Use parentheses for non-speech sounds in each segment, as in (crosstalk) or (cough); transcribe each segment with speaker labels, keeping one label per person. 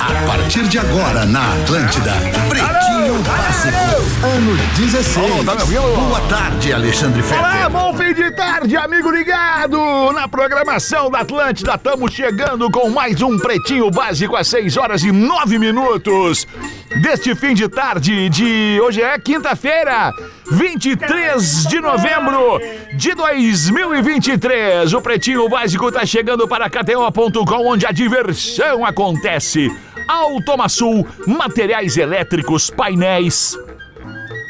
Speaker 1: A partir de agora na Atlântida, Pretinho Básico, ano 16. Boa tarde, Alexandre
Speaker 2: Olá,
Speaker 1: Ferreira.
Speaker 2: bom fim de tarde, amigo ligado! Na programação da Atlântida, estamos chegando com mais um Pretinho Básico às 6 horas e 9 minutos. Deste fim de tarde de hoje é quinta-feira, 23 de novembro de 2023. O Pretinho Básico tá chegando para KTO.com, onde a diversão acontece. Automaçul, materiais elétricos, painéis,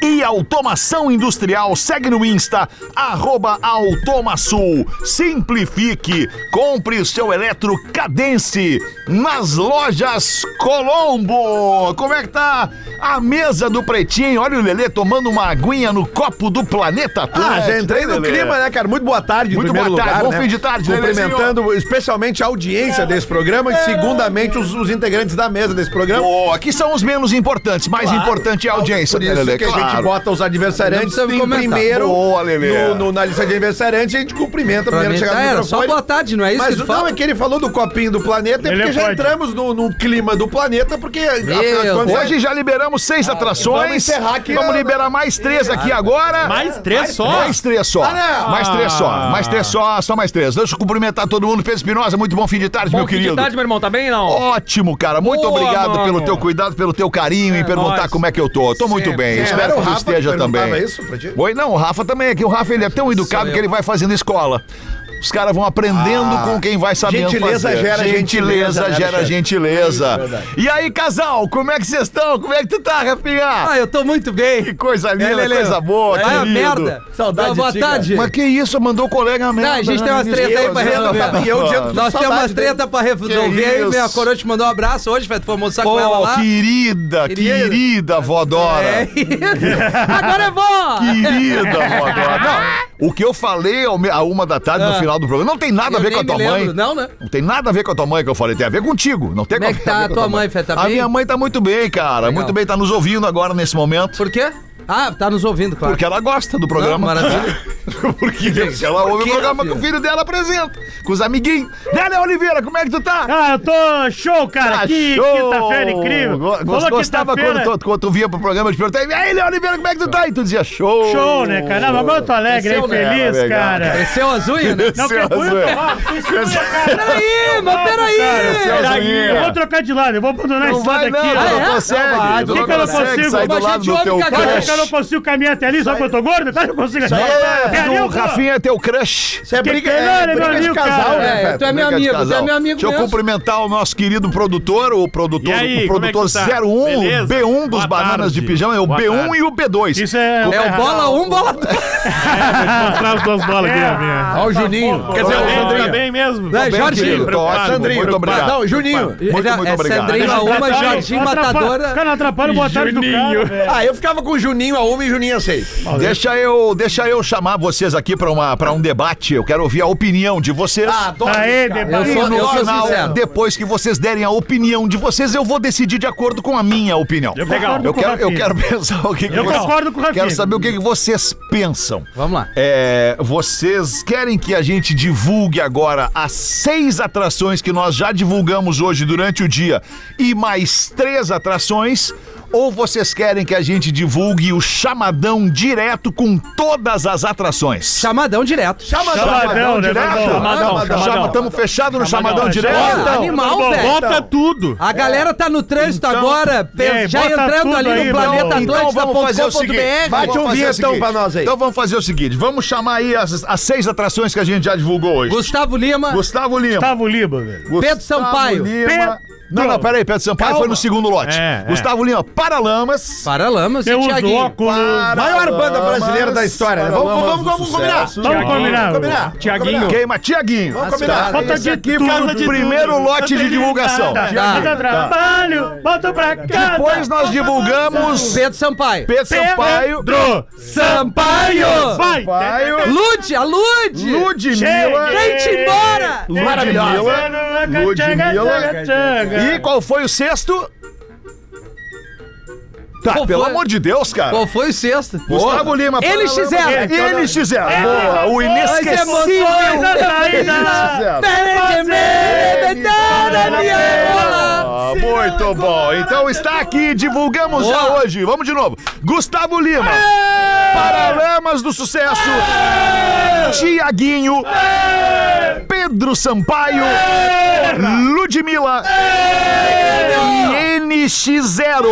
Speaker 2: e Automação Industrial. Segue no Insta, arroba Automasul. Simplifique, compre o seu eletro Cadence nas lojas Colombo. Como é que tá a mesa do Pretinho? Olha o Lelê tomando uma aguinha no copo do planeta Atlântico.
Speaker 3: Ah, já entrei no
Speaker 2: Lelê?
Speaker 3: clima, né, cara? Muito boa tarde, em
Speaker 2: É. Muito
Speaker 3: primeiro
Speaker 2: boa tarde, bom
Speaker 3: lugar, né?
Speaker 2: fim de tarde,
Speaker 3: Cumprimentando especialmente a audiência desse programa e, segundamente, os, os integrantes da mesa desse programa.
Speaker 2: Pô, aqui são os menos importantes, mais
Speaker 3: Claro.
Speaker 2: importante é a audiência,
Speaker 3: Por isso
Speaker 2: né, Lelê?
Speaker 3: que a gente
Speaker 2: Claro.
Speaker 3: bota os adversariantes
Speaker 4: Não precisa
Speaker 3: em
Speaker 4: comentar.
Speaker 3: primeiro
Speaker 2: Boa, Lelê.
Speaker 3: no- no- na lista de adversariantes, a gente cumprimenta
Speaker 4: Pra
Speaker 3: primeiro
Speaker 4: mim
Speaker 3: chegar
Speaker 4: tá,
Speaker 3: no
Speaker 4: era
Speaker 3: microfone.
Speaker 4: só boa tarde, não é isso
Speaker 3: Mas
Speaker 4: que tu
Speaker 3: não,
Speaker 4: fala?
Speaker 3: é que ele falou do copinho do planeta, é porque já entramos no, no clima do planeta, porque afinal de
Speaker 4: Meu
Speaker 3: contas,
Speaker 2: Hoje já liberamos seis atrações.
Speaker 3: Ah, vamos encerrar aqui,
Speaker 2: Vamos
Speaker 3: né?
Speaker 2: liberar mais três aqui agora. Mais três só? Mais três só.
Speaker 3: Ah, não.
Speaker 2: Mais três só. Mais três só, só mais três. Deixa eu cumprimentar todo mundo. Pedro Espinosa, muito bom fim de tarde, meu
Speaker 5: fim
Speaker 2: querido.
Speaker 5: de tarde, meu irmão, tá bem não?
Speaker 2: Ótimo, cara. Muito
Speaker 5: Boa,
Speaker 2: obrigado
Speaker 5: mano.
Speaker 2: pelo teu cuidado, pelo teu carinho em perguntar
Speaker 5: nóis.
Speaker 2: como é que eu tô. Tô muito
Speaker 5: Sempre.
Speaker 2: bem.
Speaker 5: É,
Speaker 2: Espero
Speaker 3: era o
Speaker 2: que tu
Speaker 3: Rafa que
Speaker 2: esteja
Speaker 3: perguntava
Speaker 2: também.
Speaker 3: isso pra ti?
Speaker 2: Oi, não, o Rafa também aqui. O Rafa, ele é tão educado que ele vai fazendo escola. Os caras vão aprendendo com quem vai sabendo
Speaker 3: gentileza
Speaker 2: fazer.
Speaker 3: gera gentileza,
Speaker 2: Gentileza
Speaker 3: né,
Speaker 2: gera É
Speaker 3: Alexandre?
Speaker 2: gentileza. e aí, casal, como é que vocês estão? Como é que tu tá, Rafinha?
Speaker 4: Ah, eu tô
Speaker 2: que
Speaker 4: muito bem.
Speaker 2: coisa
Speaker 4: É,
Speaker 2: linda,
Speaker 4: Lelê.
Speaker 2: coisa boa,
Speaker 4: Vai a
Speaker 2: querido.
Speaker 4: merda.
Speaker 3: Saudade
Speaker 4: Então,
Speaker 3: de
Speaker 4: Boa
Speaker 3: ti, cara.
Speaker 4: tarde.
Speaker 2: Mas que isso, mandou o colega a merda.
Speaker 4: Tá, a gente
Speaker 2: né?
Speaker 4: tem umas treta aí pra
Speaker 3: dizendo,
Speaker 4: resolver.
Speaker 3: e eu
Speaker 2: tá
Speaker 3: dizendo que tô
Speaker 4: Nós
Speaker 3: com
Speaker 4: temos umas
Speaker 3: saudade
Speaker 4: treta pra resolver.
Speaker 2: isso.
Speaker 4: Minha coroa te mandou um abraço hoje, Feto. Foi almoçar com ela
Speaker 2: Pô,
Speaker 4: lá.
Speaker 2: querida,
Speaker 4: Querida.
Speaker 2: querida vó Dora.
Speaker 4: É. Agora
Speaker 2: (laughs)
Speaker 4: é vó!
Speaker 2: Querida vó Dora. Não, o que eu falei ao me- à uma da tarde no
Speaker 4: Ah.
Speaker 2: final do programa não tem nada a
Speaker 4: Eu
Speaker 2: ver com a
Speaker 4: nem
Speaker 2: tua
Speaker 4: me
Speaker 2: mãe.
Speaker 4: lembro. Não, né?
Speaker 2: Não tem nada a ver com a tua mãe que eu falei, tem a ver contigo. Não tem
Speaker 4: Como é que
Speaker 2: a
Speaker 4: tá
Speaker 2: ver
Speaker 4: a
Speaker 2: com
Speaker 4: tua mãe, Fê? Tá
Speaker 2: A
Speaker 4: bem?
Speaker 2: minha mãe tá muito bem, cara.
Speaker 4: Legal.
Speaker 2: Muito bem, tá nos ouvindo agora nesse momento.
Speaker 4: Por quê? Ah, tá nos ouvindo, claro.
Speaker 2: Porque ela gosta do
Speaker 4: Não,
Speaker 2: programa.
Speaker 4: maravilha.
Speaker 2: (laughs) Porque ela ouve o
Speaker 4: quê,
Speaker 2: programa que o
Speaker 4: filho?
Speaker 2: filho dela apresenta, com os amiguinhos. Nélia Oliveira, como é que tu tá?
Speaker 6: Ah, eu tô show, cara.
Speaker 2: Tá
Speaker 6: que
Speaker 2: show!
Speaker 6: quinta-feira incrível.
Speaker 2: Go-
Speaker 6: Falou
Speaker 2: gost- Gostava
Speaker 6: quinta-feira,
Speaker 2: quando tu, quando tu vinha pro programa, eu te perguntei, e aí, Léo Oliveira, como é que tu tá? E tu dizia, show!
Speaker 6: Show, né, cara? Não, mas agora eu tô alegre aí,
Speaker 4: Cresceu, né?
Speaker 6: feliz,
Speaker 2: é Legal. (laughs) é
Speaker 6: cara.
Speaker 4: Cresceu as unhas, né?
Speaker 6: Não,
Speaker 2: Cresceu
Speaker 6: porque eu
Speaker 2: as
Speaker 6: ia falar, tu
Speaker 2: é
Speaker 6: escuta, né, cara.
Speaker 4: Peraí, mas
Speaker 6: Cara,
Speaker 4: peraí!
Speaker 2: as
Speaker 6: peraí,
Speaker 2: unhas.
Speaker 6: Eu vou trocar de lado, eu vou abandonar
Speaker 2: é Não
Speaker 6: esse
Speaker 2: vai
Speaker 6: lado
Speaker 2: não,
Speaker 6: aqui.
Speaker 2: tu
Speaker 4: Ah,
Speaker 2: não Ah, é?
Speaker 4: é?
Speaker 2: consegue.
Speaker 6: Ah,
Speaker 2: tu
Speaker 6: que
Speaker 2: não
Speaker 6: que eu não
Speaker 2: consegue
Speaker 6: consigo?
Speaker 2: sair do
Speaker 4: Mas a
Speaker 2: lado
Speaker 4: gente
Speaker 2: do
Speaker 4: ouve
Speaker 2: teu
Speaker 4: que a
Speaker 6: Tu acha
Speaker 2: crush.
Speaker 4: gente
Speaker 6: que eu não consigo caminhar até ali só porque eu tô gordo? Tá, eu não consigo chegar. Até ali
Speaker 2: É,
Speaker 6: eu
Speaker 2: o
Speaker 6: vou.
Speaker 2: Rafinha é teu crush.
Speaker 3: Isso é
Speaker 6: Que
Speaker 3: briga,
Speaker 6: caralho,
Speaker 3: é
Speaker 6: meu
Speaker 3: briga de
Speaker 6: amigo,
Speaker 3: casal,
Speaker 6: cara.
Speaker 3: né,
Speaker 4: É,
Speaker 3: Feto?
Speaker 4: tu é meu
Speaker 2: Briga de
Speaker 4: amigo, tu
Speaker 2: casal.
Speaker 4: é meu amigo
Speaker 2: Deixa eu
Speaker 4: mesmo.
Speaker 2: cumprimentar o nosso querido produtor, o produtor,
Speaker 5: E aí,
Speaker 2: o
Speaker 5: como é que
Speaker 2: produtor
Speaker 5: tu tá?
Speaker 2: 01, o
Speaker 5: Beleza?
Speaker 2: B1 dos
Speaker 5: Boa
Speaker 2: Bananas de
Speaker 5: tarde.
Speaker 2: Pijão, é o
Speaker 5: Boa
Speaker 2: B1
Speaker 5: tarde.
Speaker 2: e o B2.
Speaker 6: Isso é...
Speaker 4: É o bola 1, um, bola 2.
Speaker 2: né?
Speaker 6: (laughs)
Speaker 5: Mostrar as duas bolas aqui,
Speaker 2: É.
Speaker 5: Rafinha.
Speaker 3: Ó o Juninho.
Speaker 5: Quer dizer,
Speaker 3: Ó
Speaker 5: o
Speaker 3: o
Speaker 5: Leandro tá
Speaker 3: Sandrinho.
Speaker 5: bem mesmo?
Speaker 4: Não, é
Speaker 5: Tá bem,
Speaker 4: Jorginho.
Speaker 5: filho,
Speaker 2: Tô
Speaker 5: preocupado.
Speaker 2: ótimo, muito obrigado.
Speaker 3: Não, Juninho.
Speaker 2: Muito, muito
Speaker 4: é
Speaker 2: obrigado.
Speaker 4: Sandrinho a uma,
Speaker 6: Atrapalha-
Speaker 4: Jorginho
Speaker 6: atrapalha-
Speaker 4: Matadora.
Speaker 6: Cara, não atrapalha o boa tarde do cara,
Speaker 5: Juninho.
Speaker 6: velho.
Speaker 3: Ah, eu ficava com o Juninho a 1 e o Juninho a 6.
Speaker 2: Deixa eu, deixa eu chamar vocês aqui pra uma- pra um debate. Eu quero ouvir a opinião de vocês.
Speaker 4: Ah,
Speaker 3: adoro.
Speaker 6: Aê,
Speaker 3: cara.
Speaker 4: Eu
Speaker 6: debate.
Speaker 2: E
Speaker 4: sou,
Speaker 2: no
Speaker 4: eu sou
Speaker 2: final,
Speaker 4: sincero.
Speaker 2: depois que vocês derem a opinião de vocês, eu vou decidir de acordo com a minha opinião.
Speaker 6: Eu concordo
Speaker 2: Eu
Speaker 6: com o
Speaker 2: quero, eu
Speaker 6: Rafinha.
Speaker 2: quero pensar o que, que
Speaker 6: Eu
Speaker 2: vocês-
Speaker 6: concordo com o Rafinha.
Speaker 2: Quero saber o que, que vocês pensam.
Speaker 4: Vamos lá.
Speaker 2: É, vocês querem que a gente divulgue agora as seis atrações que nós já divulgamos hoje durante o dia e mais três atrações? Ou vocês querem que a gente divulgue o chamadão direto com todas as atrações?
Speaker 4: Chamadão direto.
Speaker 3: Chamadão,
Speaker 6: Chamadão, né,
Speaker 3: direto.
Speaker 6: Chamadão,
Speaker 3: Chamadão,
Speaker 2: Chamadão,
Speaker 3: chamadão. Então,
Speaker 2: estamos fechados no chamadão, é
Speaker 4: Olha,
Speaker 2: direto? Então.
Speaker 4: animal,
Speaker 6: tá bom,
Speaker 4: velho.
Speaker 5: Bota tudo.
Speaker 4: A galera tá no trânsito agora, pe-
Speaker 6: é,
Speaker 4: já
Speaker 6: bota
Speaker 4: entrando
Speaker 6: tudo
Speaker 4: ali
Speaker 6: aí,
Speaker 4: no
Speaker 6: então.
Speaker 4: planeta.com.br.
Speaker 3: Bate
Speaker 2: Vamos
Speaker 3: um
Speaker 2: fazer o
Speaker 3: vinhetão
Speaker 2: seguinte.
Speaker 3: pra nós aí.
Speaker 2: Então vamos fazer o seguinte: vamos chamar aí as, as seis atrações que a gente já divulgou hoje.
Speaker 4: Gustavo Lima,
Speaker 3: Tá,
Speaker 2: Gustavo Lima.
Speaker 6: Gustavo Lima, velho.
Speaker 2: Gustavo
Speaker 4: Pedro Sampaio.
Speaker 2: Lima. Não, não, peraí, Pedro Sampaio foi no segundo lote.
Speaker 5: É, é.
Speaker 2: Gustavo Lima, Paralamas.
Speaker 4: Paralamas
Speaker 6: Eu
Speaker 4: e
Speaker 6: uso
Speaker 4: Thiaguinho.
Speaker 6: óculos.
Speaker 3: Maior banda brasileira da história. né? Vamos, vamos, vamos, vamos combinar.
Speaker 6: Vamos combinar.
Speaker 3: combinar.
Speaker 5: Tiaguinho.
Speaker 2: Queima, Tiaguinho. Tá.
Speaker 3: Vamos
Speaker 5: Tá,
Speaker 3: combinar.
Speaker 6: Falta
Speaker 5: é
Speaker 6: de aqui,
Speaker 2: casa de primeiro lote de divulgação.
Speaker 6: Tá, trabalho, volta pra casa.
Speaker 2: Depois nós
Speaker 3: um
Speaker 2: divulgamos
Speaker 4: Pedro Sampaio.
Speaker 2: Pedro Sampaio,
Speaker 6: Pedro
Speaker 4: Sampaio!
Speaker 6: Vai.
Speaker 2: Sampaio,
Speaker 4: Lute, a Lute!
Speaker 2: Ludmilla
Speaker 4: Gente, embora!
Speaker 2: Maravilhosa.
Speaker 6: Ludmilla.
Speaker 2: e qual foi o sexto? Tá,
Speaker 4: Qual
Speaker 2: pelo
Speaker 4: foi?
Speaker 2: amor de Deus, cara.
Speaker 4: Qual foi o sexto?
Speaker 2: Gustavo Lima,
Speaker 4: Eles
Speaker 2: Paralamas.
Speaker 4: fizeram.
Speaker 2: Eles fizeram. Boa, o inesquecível. Ah, Muito bom. Então está aqui, divulgamos já
Speaker 4: Boa.
Speaker 2: hoje. Vamos de novo. Gustavo Lima. Paralamas do sucesso. Tiaguinho. Pedro Sampaio. Ludmilla. E NX0.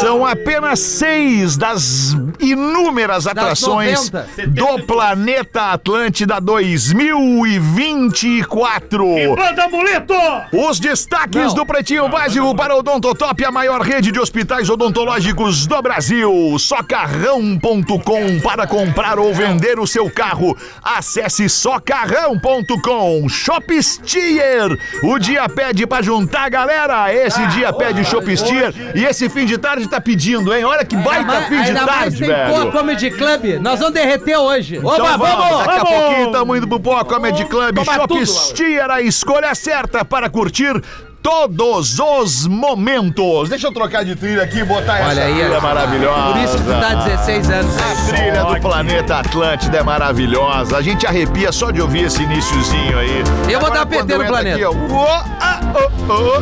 Speaker 2: São apenas seis das inúmeras atrações
Speaker 4: 90.
Speaker 2: do Planeta Atlântida 2024.
Speaker 6: Banda Muleto!
Speaker 2: Os destaques do Pretinho Básico para Odontotop, a maior rede de hospitais odontológicos do Brasil. Socarrão.com para comprar ou vender o seu carro. Acesse socarrão.com. Shop Steer. O dia pede pra juntar, galera. Esse
Speaker 4: Ah,
Speaker 2: dia pede Shop Steer. E esse fim de tarde tá pedindo, hein? Olha que baita fim de
Speaker 4: Ainda mais
Speaker 2: tarde,
Speaker 4: tem
Speaker 2: velho.
Speaker 4: Pô Comedy Club. Nós vamos derreter hoje.
Speaker 2: Então
Speaker 4: Oba,
Speaker 2: vamos,
Speaker 4: vamos!
Speaker 2: Daqui a
Speaker 6: vamos!
Speaker 2: pouquinho estamos indo pro Boa Comedy Club. Shop Steer, a escolha certa para curtir todos os momentos. Deixa eu trocar de trilha aqui e botar essa
Speaker 4: Olha aí,
Speaker 2: trilha
Speaker 4: ó.
Speaker 2: maravilhosa.
Speaker 4: Por isso que tu tá 16 anos.
Speaker 2: A trilha do planeta Atlântida é maravilhosa. A gente arrepia só de ouvir esse iniciozinho aí.
Speaker 4: Eu vou
Speaker 2: Agora,
Speaker 4: dar PT
Speaker 2: quando
Speaker 4: no
Speaker 2: entra
Speaker 4: planeta.
Speaker 2: aqui, ó, uô, ah, ô,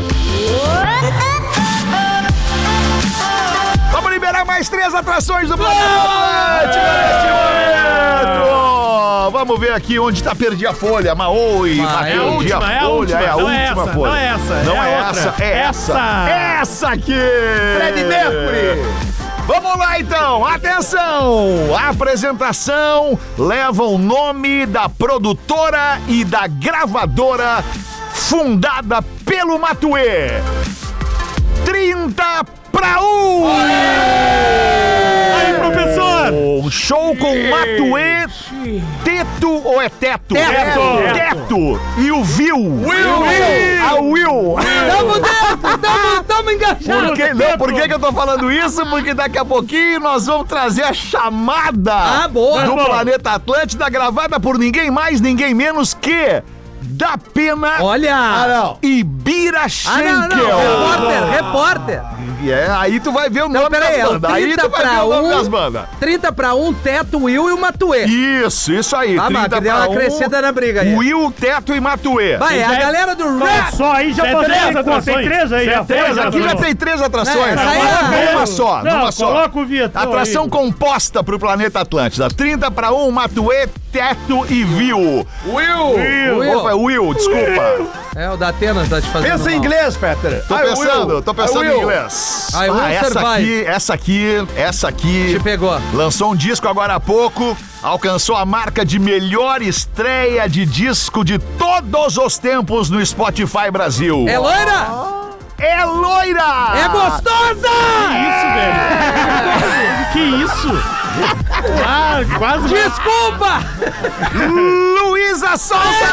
Speaker 2: ô. Vamos liberar mais três atrações do planeta Atlântida neste momento. Vamos ver aqui onde tá perdi a folha. Maoi,
Speaker 4: Ah,
Speaker 2: Matheus,
Speaker 4: é a
Speaker 2: Perdi
Speaker 5: última, é a
Speaker 2: folha,
Speaker 5: última,
Speaker 2: É a
Speaker 5: não é
Speaker 2: última
Speaker 5: essa,
Speaker 2: folha.
Speaker 5: não é essa,
Speaker 2: Não
Speaker 5: é
Speaker 2: é,
Speaker 5: a outra.
Speaker 2: essa, é essa.
Speaker 5: Essa.
Speaker 2: Essa aqui. Fred Vamos lá então, atenção! A apresentação leva o nome da produtora e da gravadora fundada pelo Matuê. 30 para 1!
Speaker 5: Aí, professor!
Speaker 2: Um show com Matuê, Teto ou é Teto?
Speaker 5: Teto.
Speaker 2: Teto! E o Viu! Will! A Will!
Speaker 4: Tamo dentro, tamo, tamo
Speaker 2: Por
Speaker 4: engajados.
Speaker 2: que, não, por que, que eu tô falando isso? Porque daqui a pouquinho nós vamos trazer a chamada
Speaker 4: Ah, boa.
Speaker 2: do
Speaker 4: Tá bom.
Speaker 2: Planeta Atlântida, gravada por ninguém mais, ninguém menos que da Pena
Speaker 4: Olha!
Speaker 2: Ah, e Bira
Speaker 4: Ah, não, não.
Speaker 2: é Schenkel.
Speaker 4: Repórter, repórter.
Speaker 2: é, aí tu vai ver o nome
Speaker 4: peraí, é
Speaker 2: das
Speaker 4: o
Speaker 2: bandas. Aí
Speaker 4: 30
Speaker 2: tu vai ver
Speaker 4: pra
Speaker 2: o nome
Speaker 4: um.
Speaker 2: das bandas.
Speaker 4: 30 pra 1, Teto, Will e o Matuê.
Speaker 2: Isso, isso aí.
Speaker 4: Ah, mas
Speaker 2: 30
Speaker 4: deu uma
Speaker 2: pra um,
Speaker 4: crescida na briga aí.
Speaker 2: Will, Teto e Matuê.
Speaker 4: Vai,
Speaker 6: Já
Speaker 4: a
Speaker 6: é-
Speaker 4: galera do rap.
Speaker 6: Só aí já
Speaker 5: É
Speaker 6: passei.
Speaker 5: três atrações.
Speaker 6: Tem três aí.
Speaker 5: É
Speaker 6: já foi,
Speaker 5: três,
Speaker 6: já
Speaker 2: Aqui
Speaker 6: foi.
Speaker 2: já tem três atrações.
Speaker 4: Não, essa aí é-
Speaker 2: Uma só,
Speaker 6: Não,
Speaker 2: uma só.
Speaker 6: Coloca o Vietão.
Speaker 2: Atração
Speaker 6: aí.
Speaker 2: composta pro planeta Atlântida. 30 para 1, Matuê, Teto e Viu.
Speaker 6: Will.
Speaker 4: Will.
Speaker 2: Opa, é Will, desculpa.
Speaker 4: É, o da Atenas tá te fazendo
Speaker 3: Pensa em
Speaker 4: mal.
Speaker 3: inglês, Petra.
Speaker 2: Tô
Speaker 3: I will.
Speaker 2: pensando, tô pensando
Speaker 3: I
Speaker 2: em
Speaker 3: will.
Speaker 2: inglês. Ah,
Speaker 4: I will
Speaker 2: essa aqui,
Speaker 4: survive.
Speaker 2: essa aqui, essa aqui.
Speaker 4: Te pegou.
Speaker 2: Lançou um disco agora há pouco, alcançou a marca de melhor estreia de disco de todos os tempos no Spotify Brasil.
Speaker 4: É loira?
Speaker 2: É loira!
Speaker 4: É gostosa!
Speaker 5: Isso, velho! Que isso? Ah, quase.
Speaker 4: Desculpa!
Speaker 2: Luísa Souza!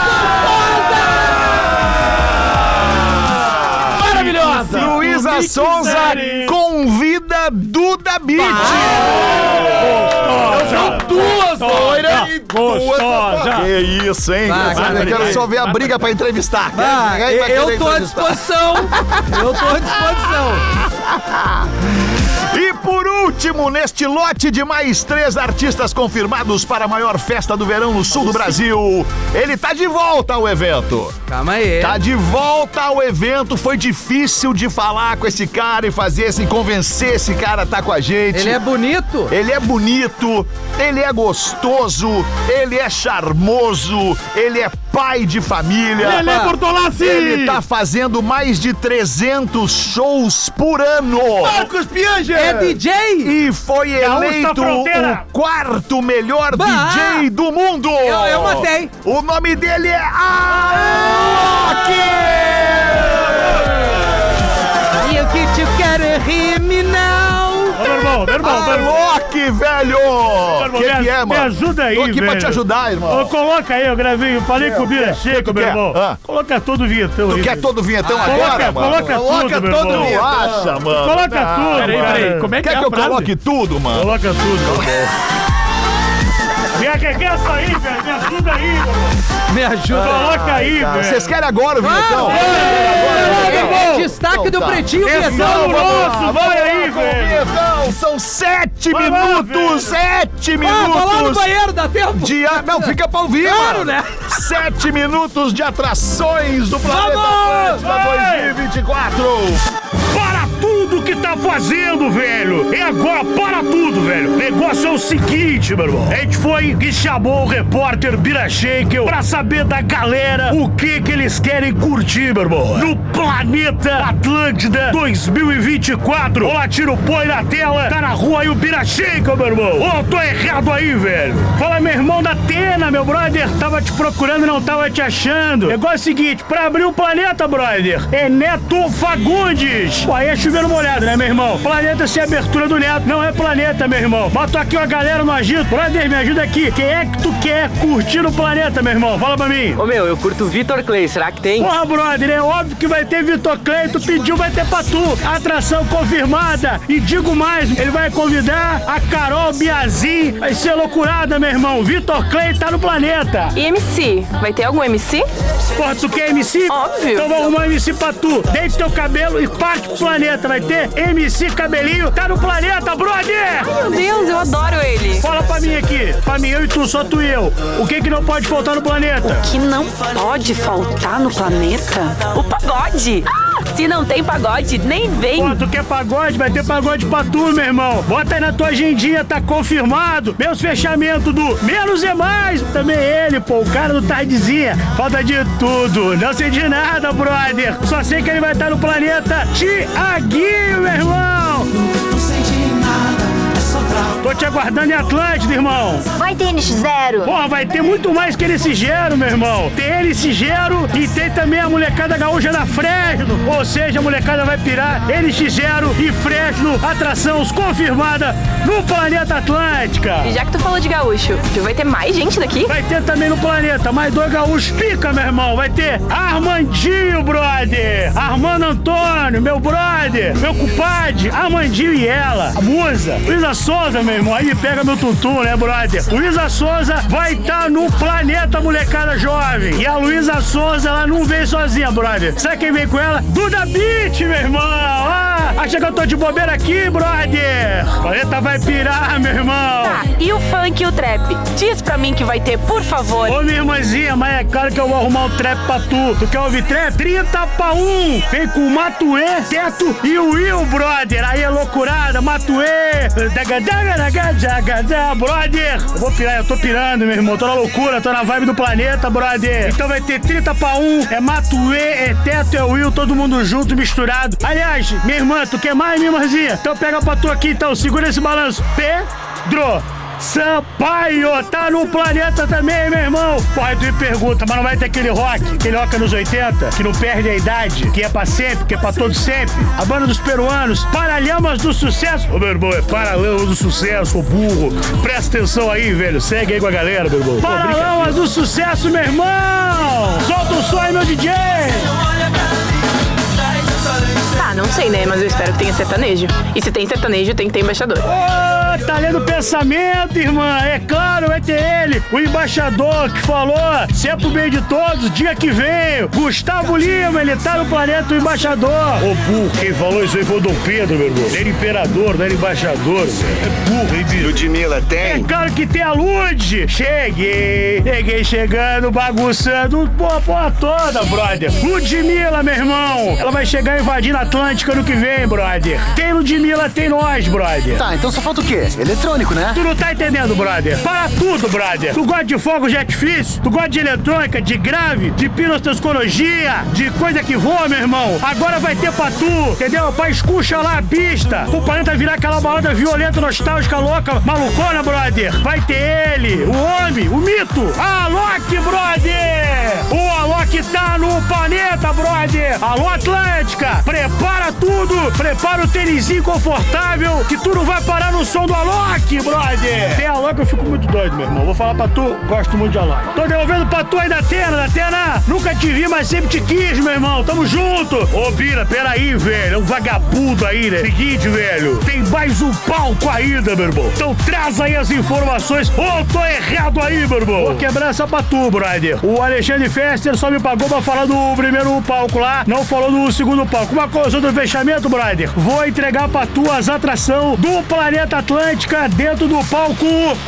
Speaker 5: Maravilhosa!
Speaker 2: Luísa Souza
Speaker 5: quiserem.
Speaker 2: convida Duda Beat!
Speaker 5: São duas loiras e duas Gostosa!
Speaker 2: tá Que isso, hein?
Speaker 4: Vai,
Speaker 2: eu
Speaker 4: vai,
Speaker 2: quero
Speaker 5: vai.
Speaker 2: só ver a briga pra entrevistar.
Speaker 4: Ah,
Speaker 2: Quem vai
Speaker 4: eu
Speaker 2: querer
Speaker 4: tô à
Speaker 2: entrevistar?
Speaker 4: disposição! Eu tô à disposição!
Speaker 2: E por último, neste lote de mais três artistas confirmados para a maior festa do verão no sul do Brasil, ele tá de volta ao evento.
Speaker 4: Calma aí.
Speaker 2: Tá de volta ao evento. Foi difícil de falar com esse cara e fazer esse convencer esse cara a tá com a gente.
Speaker 4: Ele é bonito?
Speaker 2: Ele é bonito, ele é gostoso, ele é charmoso, ele é pai de família.
Speaker 4: é
Speaker 5: Lelê Bortolassi!
Speaker 2: Ele tá fazendo mais de 300 shows por ano.
Speaker 3: Marcos Pianja!
Speaker 4: É DJ?
Speaker 2: E foi eleito
Speaker 6: Fronteira.
Speaker 2: o quarto melhor
Speaker 4: tá Bah! É,
Speaker 2: DJ do mundo.
Speaker 4: Eu- eu matei.
Speaker 2: O nome dele é Alok!
Speaker 4: é criminal.
Speaker 5: Ô, meu irmão, meu
Speaker 2: Ah,
Speaker 5: irmão, meu irmão.
Speaker 2: Alok, velho! O
Speaker 5: irmão,
Speaker 2: que,
Speaker 5: me-
Speaker 2: que é, mano?
Speaker 5: me ajuda aí,
Speaker 2: Tô aqui pra
Speaker 5: velho.
Speaker 2: te ajudar, irmão.
Speaker 5: Ô, coloca aí, eu gravei, eu falei com o Bira Checo,
Speaker 2: tu
Speaker 5: meu
Speaker 2: quer?
Speaker 5: irmão.
Speaker 2: Ah.
Speaker 5: Coloca todo o vinhetão
Speaker 2: Tu
Speaker 5: aí.
Speaker 2: quer todo vinhetão agora,
Speaker 5: Ah, Coloca,
Speaker 2: mano?
Speaker 5: coloca tudo,
Speaker 3: Coloca
Speaker 5: meu
Speaker 3: todo
Speaker 5: irmão.
Speaker 3: mundo.
Speaker 2: Relaxa, mano.
Speaker 5: Coloca tudo,
Speaker 2: Peraí,
Speaker 5: cara.
Speaker 2: peraí.
Speaker 5: Como é que
Speaker 2: Quer
Speaker 5: é
Speaker 2: que Tá
Speaker 5: a
Speaker 2: eu
Speaker 5: frase?
Speaker 2: coloque tudo, mano?
Speaker 5: Coloca tudo. Me arregaça aí, velho. Me ajuda aí, meu irmão.
Speaker 4: Me ajuda.
Speaker 5: Coloca aí, velho.
Speaker 2: Vocês querem agora o
Speaker 5: Ah,
Speaker 2: vinhetão?
Speaker 4: Ah,
Speaker 5: é
Speaker 4: É, é
Speaker 2: Então
Speaker 4: destaque
Speaker 2: tá.
Speaker 4: do Pretinho é
Speaker 5: Atenção,
Speaker 4: Pietão.
Speaker 5: nosso, vai aí, velho.
Speaker 2: Vinhetão, são sete
Speaker 5: Vai lá, velho.
Speaker 2: minutos, sete
Speaker 4: Ah, vai lá no
Speaker 2: minutos.
Speaker 4: banheiro, dá tempo?
Speaker 2: De a... Não, fica pra ouvir,
Speaker 4: Claro,
Speaker 2: mano.
Speaker 4: né?
Speaker 2: Sete minutos de atrações do Planeta
Speaker 4: Vamos!
Speaker 2: Atlântida 2024.
Speaker 5: Para tudo que tá fazendo, velho! É agora, para tudo, velho! O negócio é o seguinte, meu irmão. A gente foi e chamou o repórter Bira Schenkel pra saber da galera o que que eles querem curtir, meu irmão. No Planeta Atlântida 2024. Olá, tiro o põe na tela. Tá na rua aí o Bira Schenkel, meu irmão. Ô, tô errado aí, velho. Fala, meu irmão da Atena, meu brother. Tava te procurando e não tava te achando. Negócio é o seguinte, pra abrir o planeta, brother, é Neto Fagundes. Pô, aí é chovendo molhado, né, meu irmão? Planeta sem abertura do Neto, não é planeta, meu irmão. Bota aqui uma galera no agito. Brother, me ajuda aqui. Quem é que tu quer curtir o planeta, meu irmão? Fala pra mim.
Speaker 4: Ô meu, eu curto o Vitor Clay, será que tem?
Speaker 5: Porra, brother, é óbvio que vai ter Vitor Cleito, pediu, vai ter pra tu. Atração confirmada. E digo mais, ele vai convidar a Carol Biazin. Vai ser loucurada, meu irmão. Vitor Cleito tá no planeta.
Speaker 7: E MC? Vai ter algum MC?
Speaker 5: Porra, tu quer MC?
Speaker 7: Óbvio.
Speaker 5: Então vou arrumar um MC pra tu. Deite teu cabelo e parte pro planeta. Vai ter MC Cabelinho, tá no planeta, brother!
Speaker 7: Meu Deus, eu adoro ele.
Speaker 5: Fala pra mim aqui, pra mim, eu e tu, só tu e eu. O que que não pode faltar no planeta?
Speaker 7: Que não pode faltar no planeta? O pagode. Ah, se não tem pagode, nem vem.
Speaker 5: Pô, tu quer pagode? Vai ter pagode pra tu, meu irmão. Bota aí na tua agendinha, tá confirmado. Meus fechamentos do Menos é Mais. Também ele, pô, o cara do Tardezinha. Falta de tudo. Não sei de nada, brother. Só sei que ele vai estar no planeta Tiaguinho, meu irmão. Tô te aguardando em Atlântida, irmão.
Speaker 8: Vai ter NX0.
Speaker 5: Porra, vai ter muito mais que nesse gero, meu irmão. Tem ele esse gero e tem também a molecada gaúcha da Fresno. Ou seja, a molecada vai pirar ele esse gero e Fresno, atrações confirmada no planeta Atlântica.
Speaker 7: E já que tu falou de gaúcho, tu vai ter mais gente daqui?
Speaker 5: Vai ter também no planeta, mais dois gaúchos pica, meu irmão. Vai ter Armandinho, brother. Armando Antônio, meu brother. Meu compadre, Armandinho e ela. A musa. Luísa Souza, meu irmão. Aí pega meu tutu, né, brother? Luísa Souza vai estar no planeta molecada jovem. E a Luísa Souza, ela não vem sozinha, brother. Sabe quem vem com ela? Duda Beat, meu irmão. Ah, acha que eu tô de bobeira aqui, brother? O planeta vai pirar, meu irmão.
Speaker 7: Tá, e o funk e o trap? Diz pra mim que vai ter, por favor.
Speaker 5: Ô, minha irmãzinha, mas é claro que eu vou arrumar um trap pra tu. Tu quer ouvir trap? 30 pra 1. Vem com o Matuê, Teto e o Will, brother. Aí é loucurada, Matuê. Dagadagadagadagada, Brother. Eu vou pirar, eu tô pirando, meu irmão. Tô na loucura, tô na vibe do planeta, brother. Então vai ter 30 pra 1. É Matuê, é Teto, é Will, todo mundo junto, misturado. Aliás, minha irmã, tu quer mais, minha irmãzinha? Então pega pra tu aqui, então. Segura esse balanço. Pedro. Sampaio tá no planeta também, meu irmão. Porra, tu me pergunta, mas não vai ter aquele rock, aquele rock anos 80, que não perde a idade, que é pra sempre, que é pra todos sempre. A banda dos peruanos, Paralamas do Sucesso. Ô, meu irmão, é Paralamas do Sucesso, ô burro. Presta atenção aí, velho. Segue aí com a galera, meu irmão. Paralamas do Sucesso, meu irmão. Solta o som aí, meu DJ.
Speaker 7: Tá, não sei, né? Mas eu espero que tenha sertanejo. E se tem sertanejo, tem que ter embaixador.
Speaker 5: Ô, tá lendo pensamento, irmã. É claro, vai ter ele, o embaixador que falou, se é pro bem de todos, dia que veio. Gustavo Lima, ele tá no planeta, o embaixador. Ô, burro, quem falou isso aí foi o Dom Pedro, meu irmão. Ele era imperador, não era embaixador. É burro, hein, bicho?
Speaker 9: Ludmilla
Speaker 5: É
Speaker 9: tem?
Speaker 5: claro que tem a Lud! Cheguei! Cheguei chegando, bagunçando pô, a porra toda, brother! Ludmilla, meu irmão! Ela vai chegar invadindo a Atlântica ano que vem, brother! Tem Ludmilla, tem nós, brother!
Speaker 1: Tá, então só falta o quê? eletrônico, né?
Speaker 5: Tu não tá entendendo, brother. Para tudo, brother. Tu gosta de fogo de artifício, tu gosta de eletrônica, de grave, de pilotoscologia, de coisa que voa, meu irmão. Agora vai ter pra tu, entendeu? Pra escucha lá a pista. O planeta virar aquela balada violenta, nostálgica, louca, malucona, brother. Vai ter ele, o homem, o mito, Alok, brother. O Alok tá no planeta, brother. Alô, Atlântica. Prepara tudo. Prepara o tênisinho confortável que tu não vai parar no som do Alok, brother. Tem Alok, eu fico muito doido, meu irmão. Vou falar pra tu, gosto muito de Alok. Tô devolvendo pra tu aí da Tena, da Tena. Nunca te vi, mas sempre te quis, meu irmão. Tamo junto. Ô, Bira, peraí, velho. É um vagabundo aí, né? Seguinte, velho. Tem mais um palco ainda, meu irmão. Então traz aí as informações. Ô, tô errado aí, meu irmão. Vou quebrar essa pra tu, brother. O Alexandre Fester só me pagou pra falar do primeiro palco lá. Não falou do segundo palco. Uma coisa do fechamento, brother. Vou entregar pra tu as atração do Planeta Atlântica dentro do palco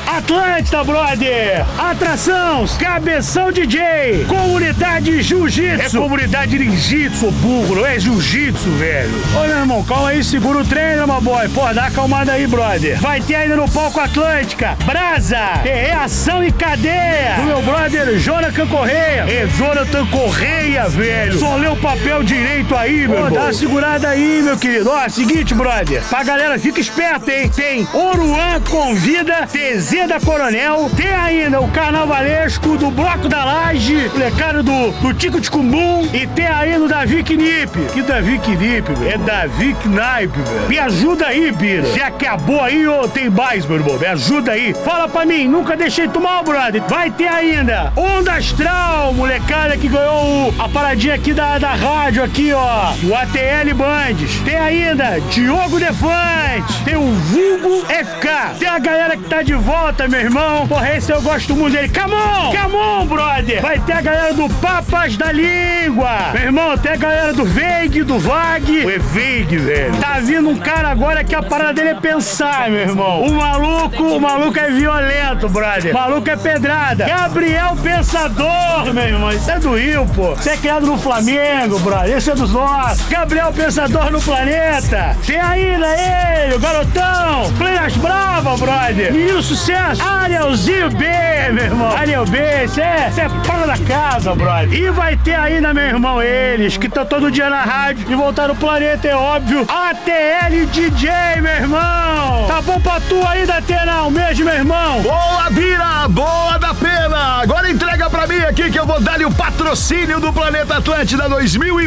Speaker 5: Atlântida, brother. Atração, Cabeção DJ, comunidade Jiu-Jitsu. É comunidade Jiu-Jitsu, burro, não é Jiu-Jitsu, velho. Ô, meu irmão, calma aí, segura o treino, meu boy. Pô, dá uma acalmada aí, brother. Vai ter ainda no palco Atlântica, Brasa, tem reação e cadeia do meu brother Jonathan Correia. É, Jonathan Correia, velho. Só lê o papel direito aí, meu irmão. Dá uma segurada aí, meu querido. Ó, seguinte, brother. Pra galera, fica esperto, hein? Tem Oruan Convida, TZ da Coronel. Tem ainda o Carnavalesco do Bloco da Laje, molecado do, do Tico de Cumbum. E tem ainda o Davi Knip. Que Davi Knip, velho? É Davi Knaip, velho. Me ajuda aí, Bira. Já acabou aí ou tem mais, meu irmão? Me ajuda aí. Fala pra mim, nunca deixei tu mal, brother. Vai ter ainda Onda Astral, molecada que ganhou o- a paradinha aqui da, da rádio aqui, ó. O ATL Bandes. Tem ainda Diogo Defante. Tem o Vulgo FK. Tem a galera que tá de volta, meu irmão. Porra, esse eu gosto muito dele. Come on! Come on, brother! Vai ter a galera do Papas da Língua. Meu irmão, tem a galera do Veig, do Vag. O Veig, velho. Tá vindo um cara agora que a parada dele é pensar, meu irmão. O maluco, o maluco é violento, brother. O maluco é pedrada. Gabriel é Pensador, meu irmão. Isso é do Rio, pô. Você é criado no Flamengo, brother. Esse é dos nossos. Gabriel Pensador no planeta. Tem ainda ele, o garotão. Plenas Brava, brother. Menino sucesso. Arielzinho B, meu irmão. Ariel B, você é, cê é pana da casa, brother. E vai ter ainda, meu irmão, eles que estão todo dia na rádio e voltar no planeta, é óbvio. ATL DJ, meu irmão. Tá bom pra tu ainda, Atena? Um beijo, meu irmão.
Speaker 2: Boa, Bira! Boa da pena! Agora entrega pra mim aqui que eu vou dar-lhe o patrocínio do Planeta Atlântida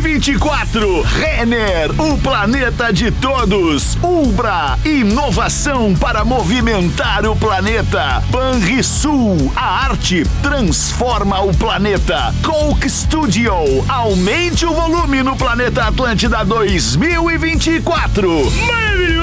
Speaker 2: 2024. Renner, o planeta de todos. Umbra, inovação para movimentar o planeta. Banrisul, a arte transforma o planeta. Coke Studio, aumente o volume no Planeta Atlântida 2024.
Speaker 5: Maravilhoso.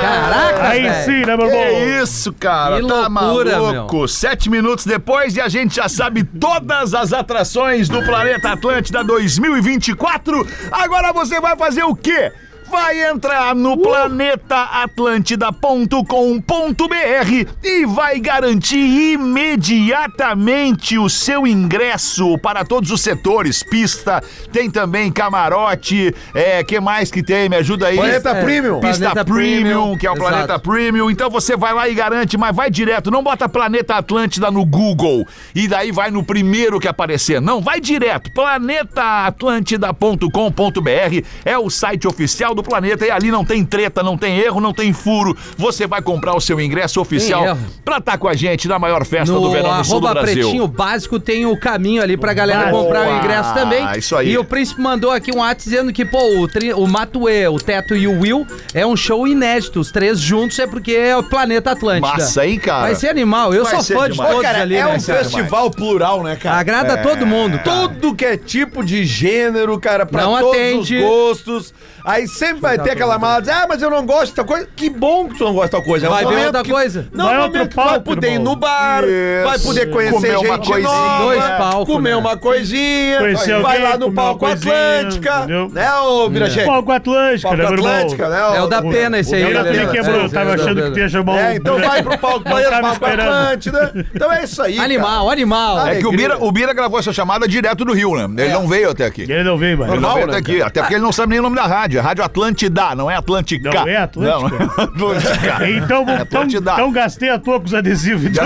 Speaker 4: Caraca,
Speaker 5: Aí
Speaker 4: velho.
Speaker 5: sim, né, meu irmão?
Speaker 2: Que isso, cara?
Speaker 4: Que
Speaker 2: tá
Speaker 4: loucura,
Speaker 2: maluco. Sete minutos depois e a gente já sabe todas as atrações do Planeta Atlântida 2024. Agora você vai fazer o quê? Vai entrar
Speaker 4: Uh!
Speaker 2: no planetaatlântida.com.br e vai garantir imediatamente o seu ingresso para todos os setores. Pista, tem também camarote, é, que mais que tem? Me ajuda aí.
Speaker 3: Planeta Premium.
Speaker 2: Pista
Speaker 4: É, Planeta
Speaker 2: Premium,
Speaker 4: Premium,
Speaker 2: que é o
Speaker 4: exato.
Speaker 2: Planeta Premium. Então você vai lá e garante, mas vai direto, não bota Planeta Atlântida no Google e daí vai no primeiro que aparecer. Não, vai direto. planetaatlântida.com.br é o site oficial do planeta e ali não tem treta, não tem erro, não tem furo. Você vai comprar o seu ingresso oficial
Speaker 4: erro.
Speaker 2: pra estar com a gente na maior festa do
Speaker 4: No
Speaker 2: verão do sul do
Speaker 4: arroba
Speaker 2: Brasil.
Speaker 4: pretinho básico tem o caminho ali pra galera
Speaker 5: Básico.
Speaker 4: comprar o
Speaker 2: Opa,
Speaker 4: ingresso também.
Speaker 2: Ah, isso aí.
Speaker 4: E o Príncipe mandou aqui um ato dizendo que, pô, o, tri, o Matue, o Teto e o Will é um show inédito. Os três juntos é porque é o Planeta Atlântida.
Speaker 2: Massa, hein, cara?
Speaker 4: Vai ser animal. Eu
Speaker 2: Vai
Speaker 4: sou
Speaker 2: ser
Speaker 4: fã de
Speaker 2: demais.
Speaker 4: todos
Speaker 3: Ô, cara,
Speaker 4: ali,
Speaker 3: é
Speaker 4: né,
Speaker 3: um
Speaker 4: cara?
Speaker 3: festival plural, né, cara?
Speaker 4: Agrada
Speaker 3: É.
Speaker 4: todo mundo, cara.
Speaker 3: Tudo que é tipo de gênero, cara, pra
Speaker 4: Não
Speaker 3: todos
Speaker 4: atende.
Speaker 3: os gostos. Aí sempre vai ter aquela mala de, ah, mas eu não gosto de tal coisa. Que bom que tu não gosta de tal coisa. É um
Speaker 4: Vai ver
Speaker 3: momento
Speaker 4: outra
Speaker 3: que-
Speaker 4: coisa.
Speaker 3: Não,
Speaker 5: Vai
Speaker 3: é um
Speaker 5: outro
Speaker 3: momento que tu vai
Speaker 5: palco,
Speaker 3: poder ir
Speaker 5: irmão.
Speaker 3: no bar,
Speaker 2: Isso.
Speaker 3: vai poder conhecer
Speaker 2: Comer uma
Speaker 3: gente
Speaker 2: coisinha.
Speaker 3: nova,
Speaker 4: Dois palcos,
Speaker 3: comer
Speaker 4: né?
Speaker 3: uma coisinha,
Speaker 5: Conhecer
Speaker 3: vai
Speaker 5: alguém,
Speaker 3: lá no
Speaker 5: comer uma
Speaker 3: palco
Speaker 5: coisinha,
Speaker 3: Atlântica,
Speaker 5: entendeu?
Speaker 3: né, ô Birajete?
Speaker 5: Palco Atlântico,
Speaker 3: Palco
Speaker 5: né, meu irmão?
Speaker 3: Atlântica, né?
Speaker 4: É o da pena esse aí,
Speaker 3: o
Speaker 5: Ele
Speaker 3: da
Speaker 4: galera.
Speaker 3: pena,
Speaker 5: até quebrou,
Speaker 3: é,
Speaker 5: eu tava
Speaker 3: é,
Speaker 5: achando
Speaker 3: é.
Speaker 5: que tinha chamado. um
Speaker 3: É, então vai pro palco,
Speaker 5: né? Não
Speaker 3: vai pro
Speaker 5: tava
Speaker 3: palco
Speaker 5: esperando.
Speaker 3: Atlântida. Então é isso aí. cara.
Speaker 4: Animal, animal.
Speaker 3: Ah,
Speaker 2: É que o
Speaker 3: Alegria.
Speaker 2: Bira, o Bira gravou essa chamada direto do Rio, né?
Speaker 4: É.
Speaker 2: Ele não veio até aqui.
Speaker 5: Ele não veio, mano.
Speaker 2: Ele não
Speaker 3: Normal,
Speaker 2: veio
Speaker 3: né,
Speaker 2: até aqui, até porque ele não sabe nem o nome da rádio. É Rádio Atlântida, não é Atlântica.
Speaker 5: Não é Atlântica.
Speaker 2: Não, é Atlântica.
Speaker 5: Então, vou,
Speaker 2: É
Speaker 5: então,
Speaker 2: Atlântida.
Speaker 5: então gastei a tua com os adesivos. Então,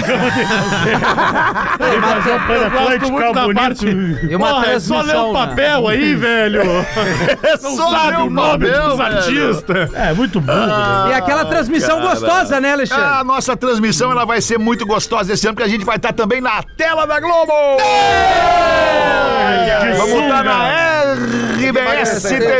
Speaker 4: Mas eu-
Speaker 5: Pan
Speaker 4: eu gosto
Speaker 5: Atlântico,
Speaker 4: muito
Speaker 5: é
Speaker 4: da
Speaker 5: bonito.
Speaker 4: E uma
Speaker 5: Porra, é só ler
Speaker 4: transmissão,
Speaker 5: o
Speaker 4: né?
Speaker 5: papel aí, velho. (laughs) Não
Speaker 2: Só
Speaker 5: sabe
Speaker 2: ler o
Speaker 5: o nome
Speaker 2: papel,
Speaker 5: dos
Speaker 2: velho.
Speaker 5: artistas. É, muito burro. né?
Speaker 4: E aquela transmissão gostosa, né, Alexandre?
Speaker 2: A nossa transmissão ela vai ser muito gostosa esse ano, porque a gente vai estar também na tela da Globo!
Speaker 5: Que
Speaker 2: Vamos
Speaker 5: sunga.
Speaker 2: estar na RBS
Speaker 3: é
Speaker 2: TV!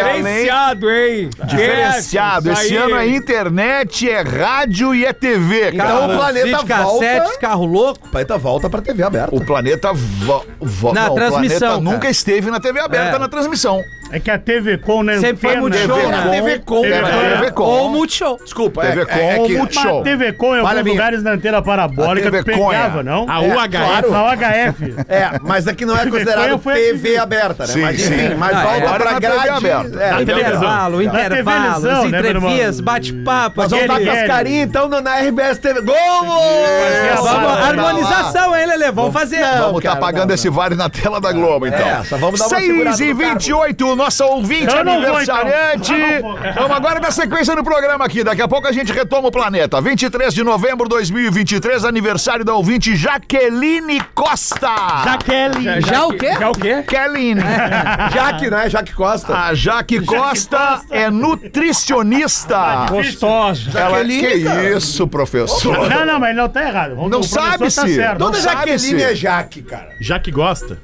Speaker 2: além-
Speaker 10: Diferenciado, hein?
Speaker 2: Diferenciado.
Speaker 10: Isso
Speaker 2: Esse
Speaker 10: aí.
Speaker 2: ano é internet, é rádio e é TV, cara.
Speaker 3: Então o planeta
Speaker 4: Vídeo cassete,
Speaker 3: volta.
Speaker 4: carro louco.
Speaker 3: O planeta volta pra TV aberta.
Speaker 2: O planeta vo, vo-
Speaker 4: Na
Speaker 2: não,
Speaker 4: transmissão,
Speaker 2: O planeta
Speaker 4: cara.
Speaker 2: nunca esteve na TV aberta
Speaker 4: É.
Speaker 2: na transmissão.
Speaker 5: É que a TV Com, né?
Speaker 4: Sempre foi muito
Speaker 5: antena.
Speaker 4: show,
Speaker 2: TV
Speaker 4: né?
Speaker 2: Com,
Speaker 3: TV Com,
Speaker 2: é,
Speaker 5: né?
Speaker 2: TV Com,
Speaker 4: Ou Multishow.
Speaker 3: Desculpa, é,
Speaker 2: TV Com, Multishow.
Speaker 5: Mas TV Com em
Speaker 3: Falha
Speaker 5: alguns
Speaker 3: minha.
Speaker 5: lugares na antena
Speaker 2: A
Speaker 5: parabólica
Speaker 2: TV
Speaker 5: tu pegava,
Speaker 2: Conha.
Speaker 5: não?
Speaker 10: A
Speaker 3: É,
Speaker 10: UHF.
Speaker 3: claro.
Speaker 5: A UHF.
Speaker 3: É, mas aqui não é
Speaker 5: TV
Speaker 3: considerado
Speaker 5: foi a
Speaker 3: TV
Speaker 5: TV.
Speaker 3: aberta, né?
Speaker 2: Sim,
Speaker 3: mas
Speaker 2: sim.
Speaker 3: enfim, mas
Speaker 4: Ah, é.
Speaker 3: volta
Speaker 2: Agora
Speaker 3: pra
Speaker 2: na TV
Speaker 3: grade.
Speaker 2: aberta.
Speaker 3: É,
Speaker 2: Na
Speaker 3: TV aberta.
Speaker 4: Intervalo, intervalos,
Speaker 5: televisão, né, meu irmão?
Speaker 4: entrevistas, bate-papo.
Speaker 3: Mas vamos
Speaker 5: Aquele
Speaker 3: dar com as
Speaker 5: Guedes.
Speaker 3: carinhas, então, na- na RBS TV. Gol!
Speaker 5: a
Speaker 4: Vamos,
Speaker 5: barba,
Speaker 3: Vamos lá.
Speaker 4: harmonização, hein, Lelê? Vamos fazer.
Speaker 2: Vamos estar
Speaker 3: cara,
Speaker 2: pagando
Speaker 3: não,
Speaker 2: esse vale na tela da Globo, então.
Speaker 3: É, só vamos dar uma
Speaker 2: 6
Speaker 3: segurada
Speaker 2: e
Speaker 3: no carro.
Speaker 2: 28, nossa ouvinte
Speaker 5: Eu não vou, então.
Speaker 2: aniversariante.
Speaker 5: Eu não vou.
Speaker 2: Vamos agora na sequência do programa aqui. Daqui a pouco a gente retoma o planeta. 23 de novembro de 2023, aniversário da ouvinte Jaqueline Costa.
Speaker 4: Tá
Speaker 5: Jaqueline.
Speaker 4: Já o quê?
Speaker 10: Já o quê?
Speaker 2: Jaqueline.
Speaker 3: Jaque, né? Jaque Costa.
Speaker 2: A Jaque Costa é nutricionista.
Speaker 10: Gostosa.
Speaker 2: Ela, que
Speaker 3: Jaqueline, cara.
Speaker 2: isso, professor?
Speaker 5: Não, não, mas não tá errado. Vamos-
Speaker 2: Não
Speaker 5: o professor
Speaker 2: sabe-se.
Speaker 5: Tá certo.
Speaker 2: Não
Speaker 3: Toda
Speaker 2: sabe se-
Speaker 3: Jaqueline é Jaque, cara.
Speaker 10: Já que gosta.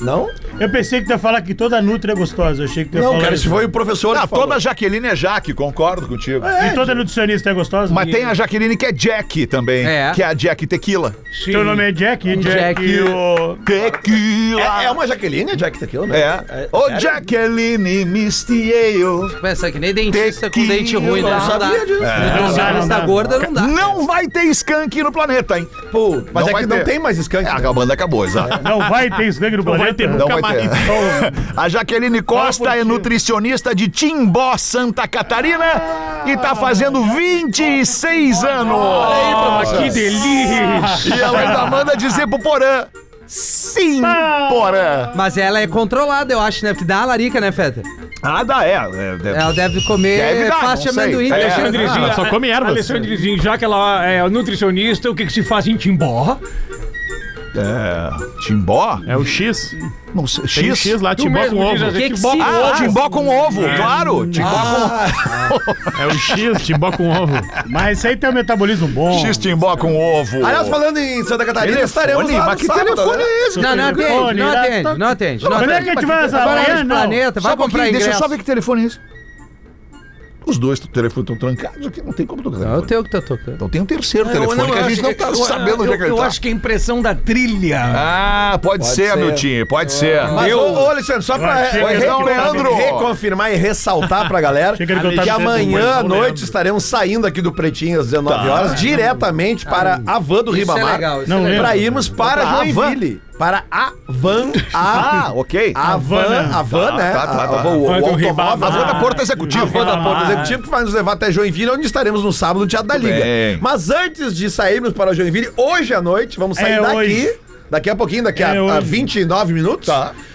Speaker 3: Não?
Speaker 5: Eu pensei que tu ia falar que toda Nutri é gostosa. Eu achei que tu ia
Speaker 3: Não,
Speaker 5: falar
Speaker 3: cara, esse
Speaker 5: isso.
Speaker 3: foi o professor
Speaker 2: Ah,
Speaker 3: que falou.
Speaker 2: toda Jaqueline é Jaque, concordo contigo.
Speaker 5: E toda nutricionista é gostosa?
Speaker 2: Mas tem a Jaqueline que é Jack também,
Speaker 4: É.
Speaker 2: que é a Jack Tequila.
Speaker 5: Teu nome é Jack? Jack.
Speaker 4: Jack.
Speaker 5: e o-
Speaker 2: Tequila!
Speaker 3: É, é uma Jaqueline, é Jaque Tequila, né?
Speaker 2: É. Ô, Jaqueline Mistieio.
Speaker 4: Pensa que nem dentista com
Speaker 2: Tequila.
Speaker 4: dente ruim, né?
Speaker 2: Não
Speaker 4: Não dá.
Speaker 3: sabia disso.
Speaker 4: Não dá, não dá. gorda, não dá.
Speaker 2: Não vai ter skunk no planeta, hein?
Speaker 3: Pô, mas
Speaker 2: Não
Speaker 3: é
Speaker 2: vai
Speaker 3: que
Speaker 2: ter.
Speaker 3: não tem mais skunk.
Speaker 2: É,
Speaker 3: né?
Speaker 2: a banda acabou, exato.
Speaker 5: Não vai ter sangue no
Speaker 10: Não vai
Speaker 5: planeta?
Speaker 10: ter
Speaker 2: Não
Speaker 10: nunca
Speaker 2: vai ter.
Speaker 10: mais.
Speaker 2: (laughs) A Jaqueline Costa é nutricionista de Timbó, Santa Catarina e tá fazendo 26 anos.
Speaker 10: Oh, que delícia.
Speaker 2: E ela ainda manda dizer pro Porã. Sim,
Speaker 10: Ah.
Speaker 2: Porã.
Speaker 4: Mas ela é controlada, eu acho, né? Porque dá a larica, né, Feta?
Speaker 2: Ah, dá, é. é, é.
Speaker 4: Ela deve comer
Speaker 2: Deve dar,
Speaker 4: pasta de
Speaker 2: não sei.
Speaker 4: amendoim. né?
Speaker 2: É.
Speaker 4: deixa-
Speaker 10: Alexandrezinho,
Speaker 2: Ah,
Speaker 10: ela só come ervas. Alexandrezinho, já que ela é nutricionista, o que, que se faz em Timbó?
Speaker 2: É, Timbó?
Speaker 10: É o X.
Speaker 2: Não sei.
Speaker 10: Tem
Speaker 2: X?
Speaker 10: X lá,
Speaker 2: Tu
Speaker 10: Timbó com
Speaker 2: mesmo diz
Speaker 10: um ovo.
Speaker 4: Que que
Speaker 10: Timbó
Speaker 5: um
Speaker 4: se-
Speaker 10: com
Speaker 2: Ah,
Speaker 10: ovo.
Speaker 2: Timbó com ovo,
Speaker 10: É.
Speaker 2: claro. Timbó
Speaker 10: É o X, Timbó com ovo.
Speaker 5: Mas isso aí tem um metabolismo
Speaker 2: com
Speaker 5: bom.
Speaker 2: X, Timbó com ovo.
Speaker 3: Aliás, falando em Santa Catarina, estaremos lá
Speaker 2: mas
Speaker 3: no
Speaker 2: que
Speaker 3: sábado,
Speaker 2: telefone
Speaker 3: né?
Speaker 2: é esse?
Speaker 4: Não, não atende,
Speaker 5: Telefone,
Speaker 4: não
Speaker 8: né?
Speaker 5: dá-
Speaker 4: atende,
Speaker 5: tá-
Speaker 4: não atende. não
Speaker 5: Quando é
Speaker 4: atende.
Speaker 5: que a gente vai essa
Speaker 4: Vai
Speaker 5: manhã?
Speaker 4: de
Speaker 5: Não.
Speaker 4: planeta, vai
Speaker 2: Só um pouquinho,
Speaker 4: comprar ingresso.
Speaker 2: Deixa eu só ver que telefone é esse. Os dois telefones estão trancados aqui, não tem como tocar.
Speaker 4: É o teu que tá tocando.
Speaker 2: Então tem um terceiro telefone
Speaker 10: É, Eu
Speaker 2: que a gente não
Speaker 10: acho-
Speaker 2: tá
Speaker 10: eu-
Speaker 2: sabendo onde é que
Speaker 10: eu-
Speaker 2: ele
Speaker 10: Eu
Speaker 2: tá.
Speaker 10: acho que é impressão da trilha.
Speaker 2: Ah, pode, ser, Ah.
Speaker 3: ser.
Speaker 2: meu time, pode ser.
Speaker 3: Mas,
Speaker 10: Eu-
Speaker 3: ô, ô, Alexandre, só pra
Speaker 5: Vai,
Speaker 3: re-
Speaker 5: Ah, chega,
Speaker 3: recon-
Speaker 2: não, Leandro.
Speaker 3: reconfirmar e ressaltar pra galera
Speaker 5: Chega de contar
Speaker 3: que
Speaker 5: pra você,
Speaker 3: amanhã à
Speaker 5: não,
Speaker 3: noite
Speaker 5: Leandro.
Speaker 3: estaremos saindo aqui do Pretinho às 19 horas,
Speaker 2: Tá.
Speaker 3: diretamente para a van do
Speaker 4: Isso é
Speaker 3: Ribamar.
Speaker 4: legal, isso
Speaker 5: Não
Speaker 4: é legal.
Speaker 3: Pra irmos para
Speaker 2: Pra van.
Speaker 3: Joinville. Para a van. A,
Speaker 2: Ah, ok.
Speaker 3: a van, a van, né?
Speaker 2: tá, tá,
Speaker 3: A-
Speaker 2: tá.
Speaker 3: a- O, o
Speaker 10: Van do
Speaker 3: automóvel.
Speaker 10: Ribamar.
Speaker 2: A van da Porta Executiva.
Speaker 3: A
Speaker 5: Ah,
Speaker 3: van da Porta Executiva que vai nos levar até Joinville, onde estaremos no sábado no Teatro da Liga.
Speaker 2: bem.
Speaker 3: Mas antes de sairmos para Joinville, hoje à noite, vamos sair
Speaker 5: É
Speaker 3: daqui.
Speaker 5: hoje.
Speaker 3: Daqui a pouquinho, daqui
Speaker 5: É
Speaker 3: a, a
Speaker 5: hoje.
Speaker 3: 29 minutos.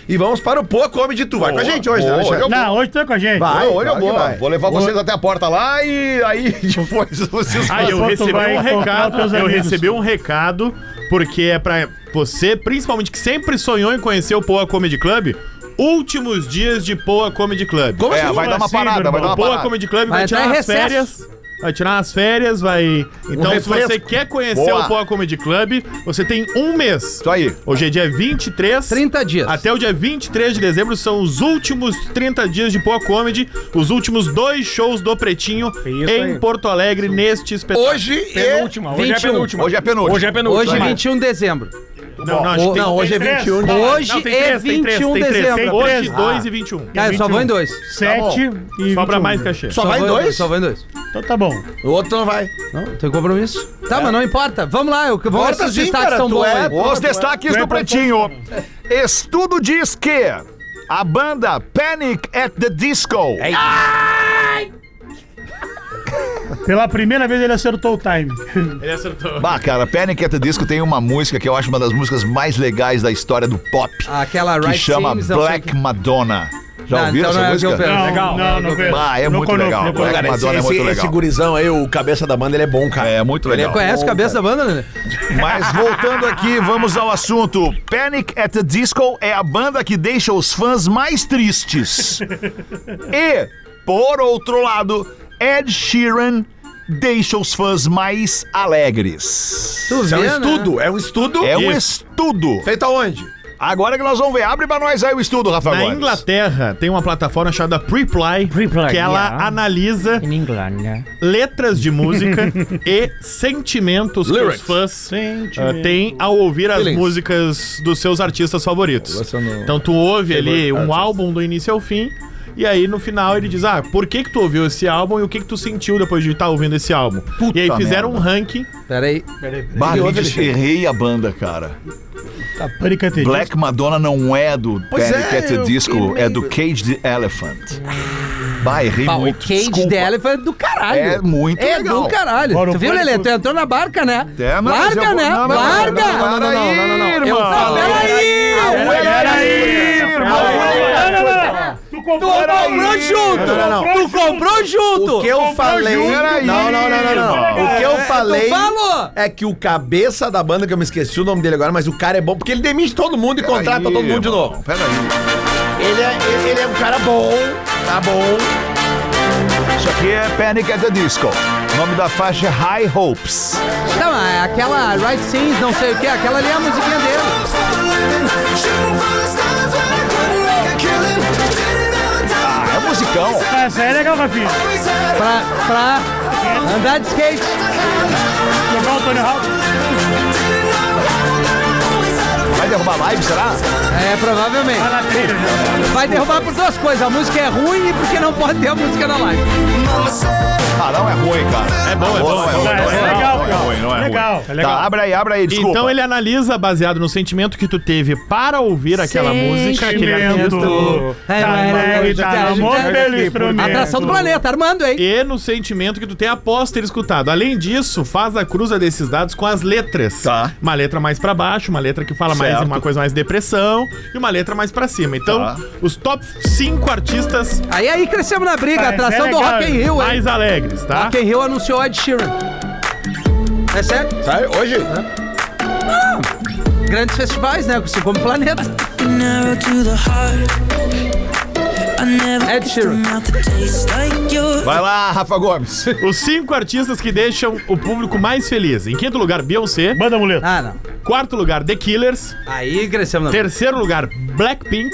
Speaker 3: E vamos para o Pô Comedy Tu. Vai com a gente hoje, né,
Speaker 2: Tá. boa,
Speaker 3: Alexandre?
Speaker 2: eu-
Speaker 5: Não, hoje tu é com a gente.
Speaker 3: Vai.
Speaker 2: Olha, eu
Speaker 3: claro que
Speaker 2: vou.
Speaker 3: vai.
Speaker 2: Vou levar vocês até a porta lá e aí (laughs) depois vocês
Speaker 10: Ah, eu
Speaker 5: Enquanto
Speaker 10: recebi
Speaker 5: vai
Speaker 10: um
Speaker 5: encontrar
Speaker 10: recado.
Speaker 5: teus
Speaker 10: Eu
Speaker 5: amigos.
Speaker 10: recebi um recado, porque é pra você, principalmente que sempre sonhou em conhecer o Poa Comedy Club. Últimos dias de Poa Comedy Club.
Speaker 2: Como
Speaker 4: é?
Speaker 2: assim? Vai dar uma
Speaker 5: assim,
Speaker 2: parada,
Speaker 5: meu
Speaker 2: vai dar
Speaker 5: irmão?
Speaker 2: uma
Speaker 10: Poa
Speaker 2: parada.
Speaker 10: Comedy Club vai,
Speaker 4: Vai
Speaker 10: tirar
Speaker 4: entrar em
Speaker 10: as
Speaker 4: recesso.
Speaker 10: férias. Vai tirar as férias, vai. Então, se
Speaker 2: refresco.
Speaker 10: você quer conhecer
Speaker 2: Boa.
Speaker 10: o Poa Comedy Club, você tem um mês.
Speaker 2: Isso aí.
Speaker 10: Hoje é dia 23.
Speaker 4: 30 dias.
Speaker 10: Até o dia 23 de dezembro são os últimos 30 dias de Poa Comedy, os últimos dois shows do Pretinho Isso em aí. Porto Alegre neste espetáculo.
Speaker 3: Hoje e
Speaker 10: Penúltima,
Speaker 4: hoje é a penúltima.
Speaker 2: Hoje é penúltimo.
Speaker 10: é penúltimo.
Speaker 4: Hoje, 21 de dezembro.
Speaker 8: Não, não, acho que tem-
Speaker 4: um. não, hoje é
Speaker 8: tem
Speaker 4: 21 de-
Speaker 8: três.
Speaker 4: Hoje
Speaker 8: Não, tem
Speaker 4: é
Speaker 8: três, tem três,
Speaker 4: 21
Speaker 8: tem três,
Speaker 4: dezembro.
Speaker 8: tem
Speaker 4: Tem
Speaker 8: Hoje,
Speaker 4: três.
Speaker 8: 2 e 21.
Speaker 4: Ah, eu só vou em dois.
Speaker 3: Tá
Speaker 5: 7 e.
Speaker 8: Sobra
Speaker 5: 21.
Speaker 8: mais cachê.
Speaker 3: Só vai
Speaker 4: vou em
Speaker 3: dois?
Speaker 4: Só vai em dois.
Speaker 5: Então tá bom.
Speaker 3: O outro não vai.
Speaker 4: Não, tem compromisso. Tá, mas não importa. Vamos lá, eu, vamos ver
Speaker 3: Importa
Speaker 4: se os
Speaker 3: sim,
Speaker 4: destaques
Speaker 3: cara,
Speaker 4: estão
Speaker 3: tu
Speaker 4: bons.
Speaker 3: é-
Speaker 4: aí.
Speaker 2: Os destaques do Pretinho. Estudo diz que a banda Panic at the Disco
Speaker 5: Pela primeira vez ele acertou o (laughs) time.
Speaker 8: Ele acertou.
Speaker 2: Bah, cara, Panic at the Disco tem uma música que eu acho uma das música mais legais da história do pop,
Speaker 4: Aquela
Speaker 2: que
Speaker 4: Right
Speaker 2: chama
Speaker 4: Seems, não sei o
Speaker 2: Black
Speaker 4: quê.
Speaker 2: Madonna. Já
Speaker 4: Não,
Speaker 2: ouviram
Speaker 4: então não é o que
Speaker 2: essa música?
Speaker 4: eu penso.
Speaker 5: Não,
Speaker 4: Legal,
Speaker 5: não,
Speaker 4: legal.
Speaker 5: não conheço.
Speaker 2: Ah, é
Speaker 5: Não
Speaker 2: muito
Speaker 5: conheço,
Speaker 2: legal.
Speaker 5: não conheço.
Speaker 2: Cara,
Speaker 3: Cara, esse,
Speaker 2: Madonna é
Speaker 3: esse,
Speaker 2: muito legal.
Speaker 3: esse gurizão aí, o cabeça da banda, ele é bom, cara.
Speaker 2: É muito legal.
Speaker 4: Conhece a cabeça da banda, né?
Speaker 2: Mas voltando aqui, vamos ao assunto. Panic at the Disco é a banda que deixa os fãs mais tristes. E, por outro lado, Ed Sheeran deixa os fãs mais alegres.
Speaker 4: Tu
Speaker 3: Isso é um
Speaker 4: vê, né?
Speaker 3: estudo, é um estudo.
Speaker 2: É um
Speaker 8: Isso.
Speaker 2: estudo.
Speaker 3: Feito aonde?
Speaker 2: Agora que nós vamos ver. Abre pra nós aí o estudo, Rafa
Speaker 8: Na
Speaker 2: Gomes.
Speaker 8: Inglaterra tem uma plataforma chamada Preply,
Speaker 6: Preply,
Speaker 8: que ela
Speaker 6: yeah.
Speaker 8: analisa
Speaker 6: In England, né?
Speaker 8: letras
Speaker 5: (laughs)
Speaker 8: de música e sentimentos
Speaker 3: Lyrics.
Speaker 8: que os fãs ah, têm ao ouvir as
Speaker 3: Feelings.
Speaker 8: músicas dos seus artistas favoritos.
Speaker 3: Você não-
Speaker 8: Então tu ouve ali
Speaker 3: Favorite
Speaker 8: um
Speaker 3: artist.
Speaker 8: álbum do início ao fim e aí no final ele diz: "Ah, por que que tu ouviu esse álbum e o que que tu sentiu depois de estar ouvindo esse álbum?"
Speaker 2: Puta
Speaker 8: e aí fizeram
Speaker 2: merda.
Speaker 8: um ranking.
Speaker 4: Pera aí.
Speaker 3: um
Speaker 2: Bah, me errei a banda, cara.
Speaker 5: Pânico até
Speaker 2: Black Madonna não é do
Speaker 3: Pois
Speaker 2: Panic
Speaker 3: é,
Speaker 2: at the
Speaker 3: eu
Speaker 2: Disco,
Speaker 3: fiquei Ah.
Speaker 2: é do Cage the Elephant. Bah, errei
Speaker 4: Pá, o
Speaker 2: muito.
Speaker 4: Cage
Speaker 2: desculpa.
Speaker 4: the Elephant é do caralho.
Speaker 2: É muito
Speaker 4: É
Speaker 2: legal.
Speaker 4: do caralho.
Speaker 5: Agora,
Speaker 4: tu
Speaker 5: o
Speaker 4: viu,
Speaker 5: pânico-
Speaker 4: Lelê? Tu entrou na barca, né?
Speaker 2: É, mas eu
Speaker 4: Larga,
Speaker 2: vou-
Speaker 4: né?
Speaker 2: Não, não, não,
Speaker 4: Larga!
Speaker 2: não, não, não, não, não, não, não, não.
Speaker 4: Eu falei...
Speaker 2: Peraí,
Speaker 4: Peraí,
Speaker 2: peraí, irmão.
Speaker 5: Tu
Speaker 4: Tu
Speaker 5: comprou
Speaker 4: comprou junto!
Speaker 3: Não, não, não.
Speaker 4: Tu comprou junto!
Speaker 3: O que eu falei.
Speaker 2: junto,
Speaker 3: Não,
Speaker 2: peraí.
Speaker 3: não, não, não, não, não. O que eu falei.
Speaker 4: falou.
Speaker 3: É que o cabeça da banda, que eu me esqueci o nome dele agora, mas o cara é bom, porque ele demite todo mundo e contrata todo mundo de novo.
Speaker 2: Peraí.
Speaker 3: Ele é, ele- ele é um cara bom, tá bom.
Speaker 2: Isso aqui é Panic at the Disco. O nome da faixa é High Hopes.
Speaker 4: Não, é aquela Right Scenes, não sei o que, aquela ali é a musiquinha dele.
Speaker 2: Ah, é musicão.
Speaker 5: Essa é legal, Rafinha.
Speaker 4: Pra, pra andar de skate.
Speaker 5: Jogar o Tony Hawk.
Speaker 2: Vai derrubar live, será?
Speaker 4: É, provavelmente.
Speaker 5: Tá na trilha, né?
Speaker 4: Vai derrubar por duas coisas. A música é ruim e porque não pode ter a música na live.
Speaker 2: Ah, não é ruim, cara.
Speaker 8: É bom, é
Speaker 2: Não,
Speaker 8: bom,
Speaker 2: não ruim,
Speaker 8: é bom.
Speaker 2: não
Speaker 5: É
Speaker 2: ruim,
Speaker 5: legal,
Speaker 2: não é
Speaker 5: cara.
Speaker 2: ruim, não é ruim.
Speaker 5: Legal, é legal.
Speaker 2: Tá, abre aí, abre aí, desculpa.
Speaker 8: Então ele analisa baseado no sentimento que tu teve para ouvir aquela música, aquele
Speaker 5: Sentimento.
Speaker 8: artista.
Speaker 4: É,
Speaker 5: Tá
Speaker 4: é, é,
Speaker 5: alegre,
Speaker 4: é,
Speaker 5: tá
Speaker 4: é,
Speaker 5: amor
Speaker 4: é,
Speaker 5: pelo
Speaker 4: é,
Speaker 5: instrumento.
Speaker 4: Atração do planeta, Armando, hein?
Speaker 8: e no sentimento que tu tem após ter escutado. Além disso, faz a cruza desses dados com as letras.
Speaker 2: Tá.
Speaker 8: Uma letra mais pra baixo, uma letra que fala mais
Speaker 2: Certo.
Speaker 8: uma coisa mais depressão e uma letra mais pra cima. Então,
Speaker 2: Tá.
Speaker 8: os top 5 artistas
Speaker 4: Aí aí crescemos na briga,
Speaker 5: Mas
Speaker 4: atração
Speaker 5: é
Speaker 4: do
Speaker 5: legal,
Speaker 4: Rock in Rio, hein?
Speaker 8: mais alegres, tá?
Speaker 4: Rock in Rio anunciou Ed Sheeran. É sério?
Speaker 3: Sai hoje?
Speaker 4: Grandes festivais, né? Assim como o planeta. Ed Sheeran.
Speaker 2: Vai lá, Rafa Gomes.
Speaker 8: Os 5 artistas que deixam o público mais feliz. Em quinto lugar, Beyoncé.
Speaker 5: Banda muleta.
Speaker 4: Ah, não.
Speaker 8: Quarto lugar, The Killers.
Speaker 4: Aí crescemos na briga.
Speaker 8: Terceiro lugar, Blackpink.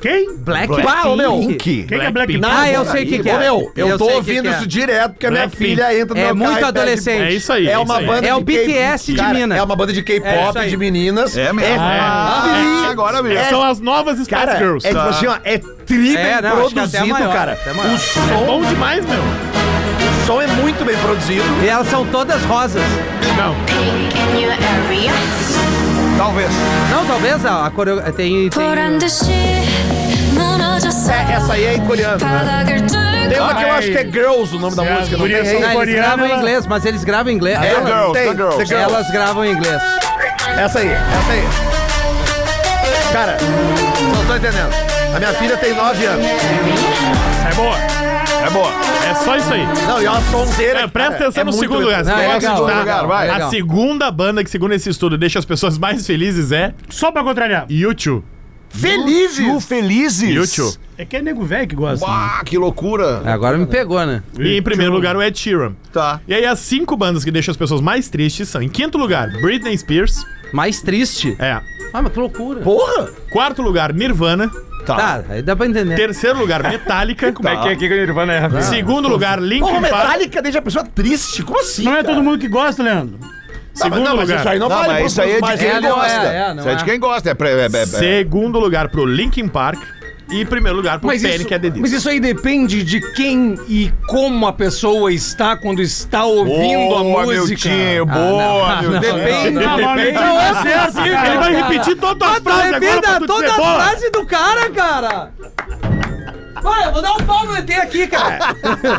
Speaker 5: Quem?
Speaker 4: Black
Speaker 2: Black
Speaker 4: Wow, meu.
Speaker 2: Pink.
Speaker 5: Quem que é Blackpink?
Speaker 4: Ah, eu sei o que, que é.
Speaker 3: Ô, meu, eu, tô
Speaker 4: sei o que
Speaker 3: ouvindo
Speaker 4: que é.
Speaker 3: isso direto, porque a minha
Speaker 8: Blackpink.
Speaker 3: filha entra no
Speaker 4: É
Speaker 3: meu
Speaker 4: muito
Speaker 3: carro e pede-
Speaker 4: adolescente.
Speaker 8: É isso aí.
Speaker 3: É uma
Speaker 8: isso aí.
Speaker 3: banda
Speaker 4: É o
Speaker 3: de K-
Speaker 4: BTS de
Speaker 3: Cara,
Speaker 4: mina.
Speaker 3: É uma banda de
Speaker 4: É
Speaker 3: K-pop
Speaker 4: isso aí.
Speaker 3: de meninas.
Speaker 2: É mesmo. Ah, agora mesmo.
Speaker 8: É, São as novas Spice
Speaker 3: Cara,
Speaker 8: Girls. Tá
Speaker 3: é tipo assim, ó, é tri bem
Speaker 4: É, não, acho que até
Speaker 3: produzido,
Speaker 4: maior,
Speaker 3: cara.
Speaker 4: até maior.
Speaker 3: O som,
Speaker 8: Bom demais, meu.
Speaker 3: o som é muito bem produzido.
Speaker 4: E elas são todas rosas.
Speaker 8: Não.
Speaker 2: Talvez.
Speaker 4: Não, talvez a, a coreo- Tem, tem...
Speaker 3: É, essa aí é em coreano. Né? Tem uma que eu acho que é Girls o nome da
Speaker 5: Se as
Speaker 3: música, não tem aí?
Speaker 5: gurias são-
Speaker 4: Não, eles
Speaker 5: coreana,
Speaker 4: gravam em
Speaker 5: ela-
Speaker 4: inglês, mas eles gravam em inglês.
Speaker 3: É,
Speaker 4: Elas-
Speaker 2: Girls,
Speaker 3: tem,
Speaker 2: The Girls.
Speaker 3: The Girls.
Speaker 4: Elas gravam em inglês.
Speaker 3: Essa aí, essa aí. Cara, não tô entendendo. A minha filha tem 9 anos.
Speaker 8: É boa.
Speaker 2: É boa.
Speaker 8: É só isso aí.
Speaker 3: Não, e uma sonzeira.
Speaker 8: É, presta
Speaker 3: cara,
Speaker 8: atenção
Speaker 3: é
Speaker 8: no
Speaker 3: muito
Speaker 8: segundo
Speaker 3: bem-
Speaker 8: lugar.
Speaker 4: Não,
Speaker 8: Você
Speaker 4: é
Speaker 8: gosta de
Speaker 4: legal,
Speaker 8: dar-
Speaker 4: é legal,
Speaker 2: vai.
Speaker 4: é
Speaker 8: A
Speaker 4: legal.
Speaker 8: segunda banda que, segundo esse estudo, deixa as pessoas mais felizes é
Speaker 5: Só pra contrariar.
Speaker 8: YouTube.
Speaker 2: Felizes. Felizes.
Speaker 8: YouTube.
Speaker 5: É que é nego velho que gosta.
Speaker 2: Ah, que loucura.
Speaker 4: Agora me pegou, né?
Speaker 8: E em primeiro lugar, o Ed Sheeran.
Speaker 2: Tá.
Speaker 8: E aí, as cinco bandas que deixam as pessoas mais tristes são: em quinto lugar, Britney Spears.
Speaker 4: Mais triste.
Speaker 8: É.
Speaker 4: Ah, mas que loucura.
Speaker 3: Porra!
Speaker 8: Quarto lugar, Nirvana.
Speaker 4: Tá, aí dá pra entender.
Speaker 8: Terceiro lugar,
Speaker 5: (laughs)
Speaker 8: Metallica. Como
Speaker 2: é que é
Speaker 8: que o Nirvana é? Segundo lugar, Linkin
Speaker 3: Porra,
Speaker 8: Park.
Speaker 3: Metallica deixa a pessoa triste. Como assim?
Speaker 5: Não é
Speaker 3: cara?
Speaker 5: todo mundo que gosta, Leandro.
Speaker 8: Segundo
Speaker 3: mas
Speaker 8: lugar.
Speaker 3: isso aí não,
Speaker 2: Não,
Speaker 3: vale
Speaker 2: mas
Speaker 3: pros-
Speaker 2: isso aí é de
Speaker 3: mas
Speaker 2: quem
Speaker 3: ele
Speaker 4: não
Speaker 2: gosta.
Speaker 4: é, é, não
Speaker 2: Isso é de
Speaker 4: é.
Speaker 2: quem gosta. É pra- é- é- é-
Speaker 8: Segundo lugar pro Linkin Park. E primeiro lugar pro
Speaker 11: Mas
Speaker 8: PN,
Speaker 11: isso,
Speaker 8: que é Dedis.
Speaker 11: mas isso aí depende de quem e como a pessoa está quando está ouvindo
Speaker 2: Boa,
Speaker 11: a música.
Speaker 2: Miltinho, boa,
Speaker 4: Ah, não, então
Speaker 2: Miltinho.
Speaker 11: Depende.
Speaker 5: Não, mas
Speaker 11: depende.
Speaker 5: não é
Speaker 11: da
Speaker 5: certo,
Speaker 11: música,
Speaker 5: cara.
Speaker 8: Ele vai
Speaker 11: cara.
Speaker 8: repetir todas as
Speaker 11: Ah, tu
Speaker 8: frases agora pra
Speaker 11: repita
Speaker 8: tu
Speaker 11: todas
Speaker 8: dizer
Speaker 11: as
Speaker 8: boa.
Speaker 11: frases do cara, cara. Vai, eu vou dar um pau no ET aqui, cara.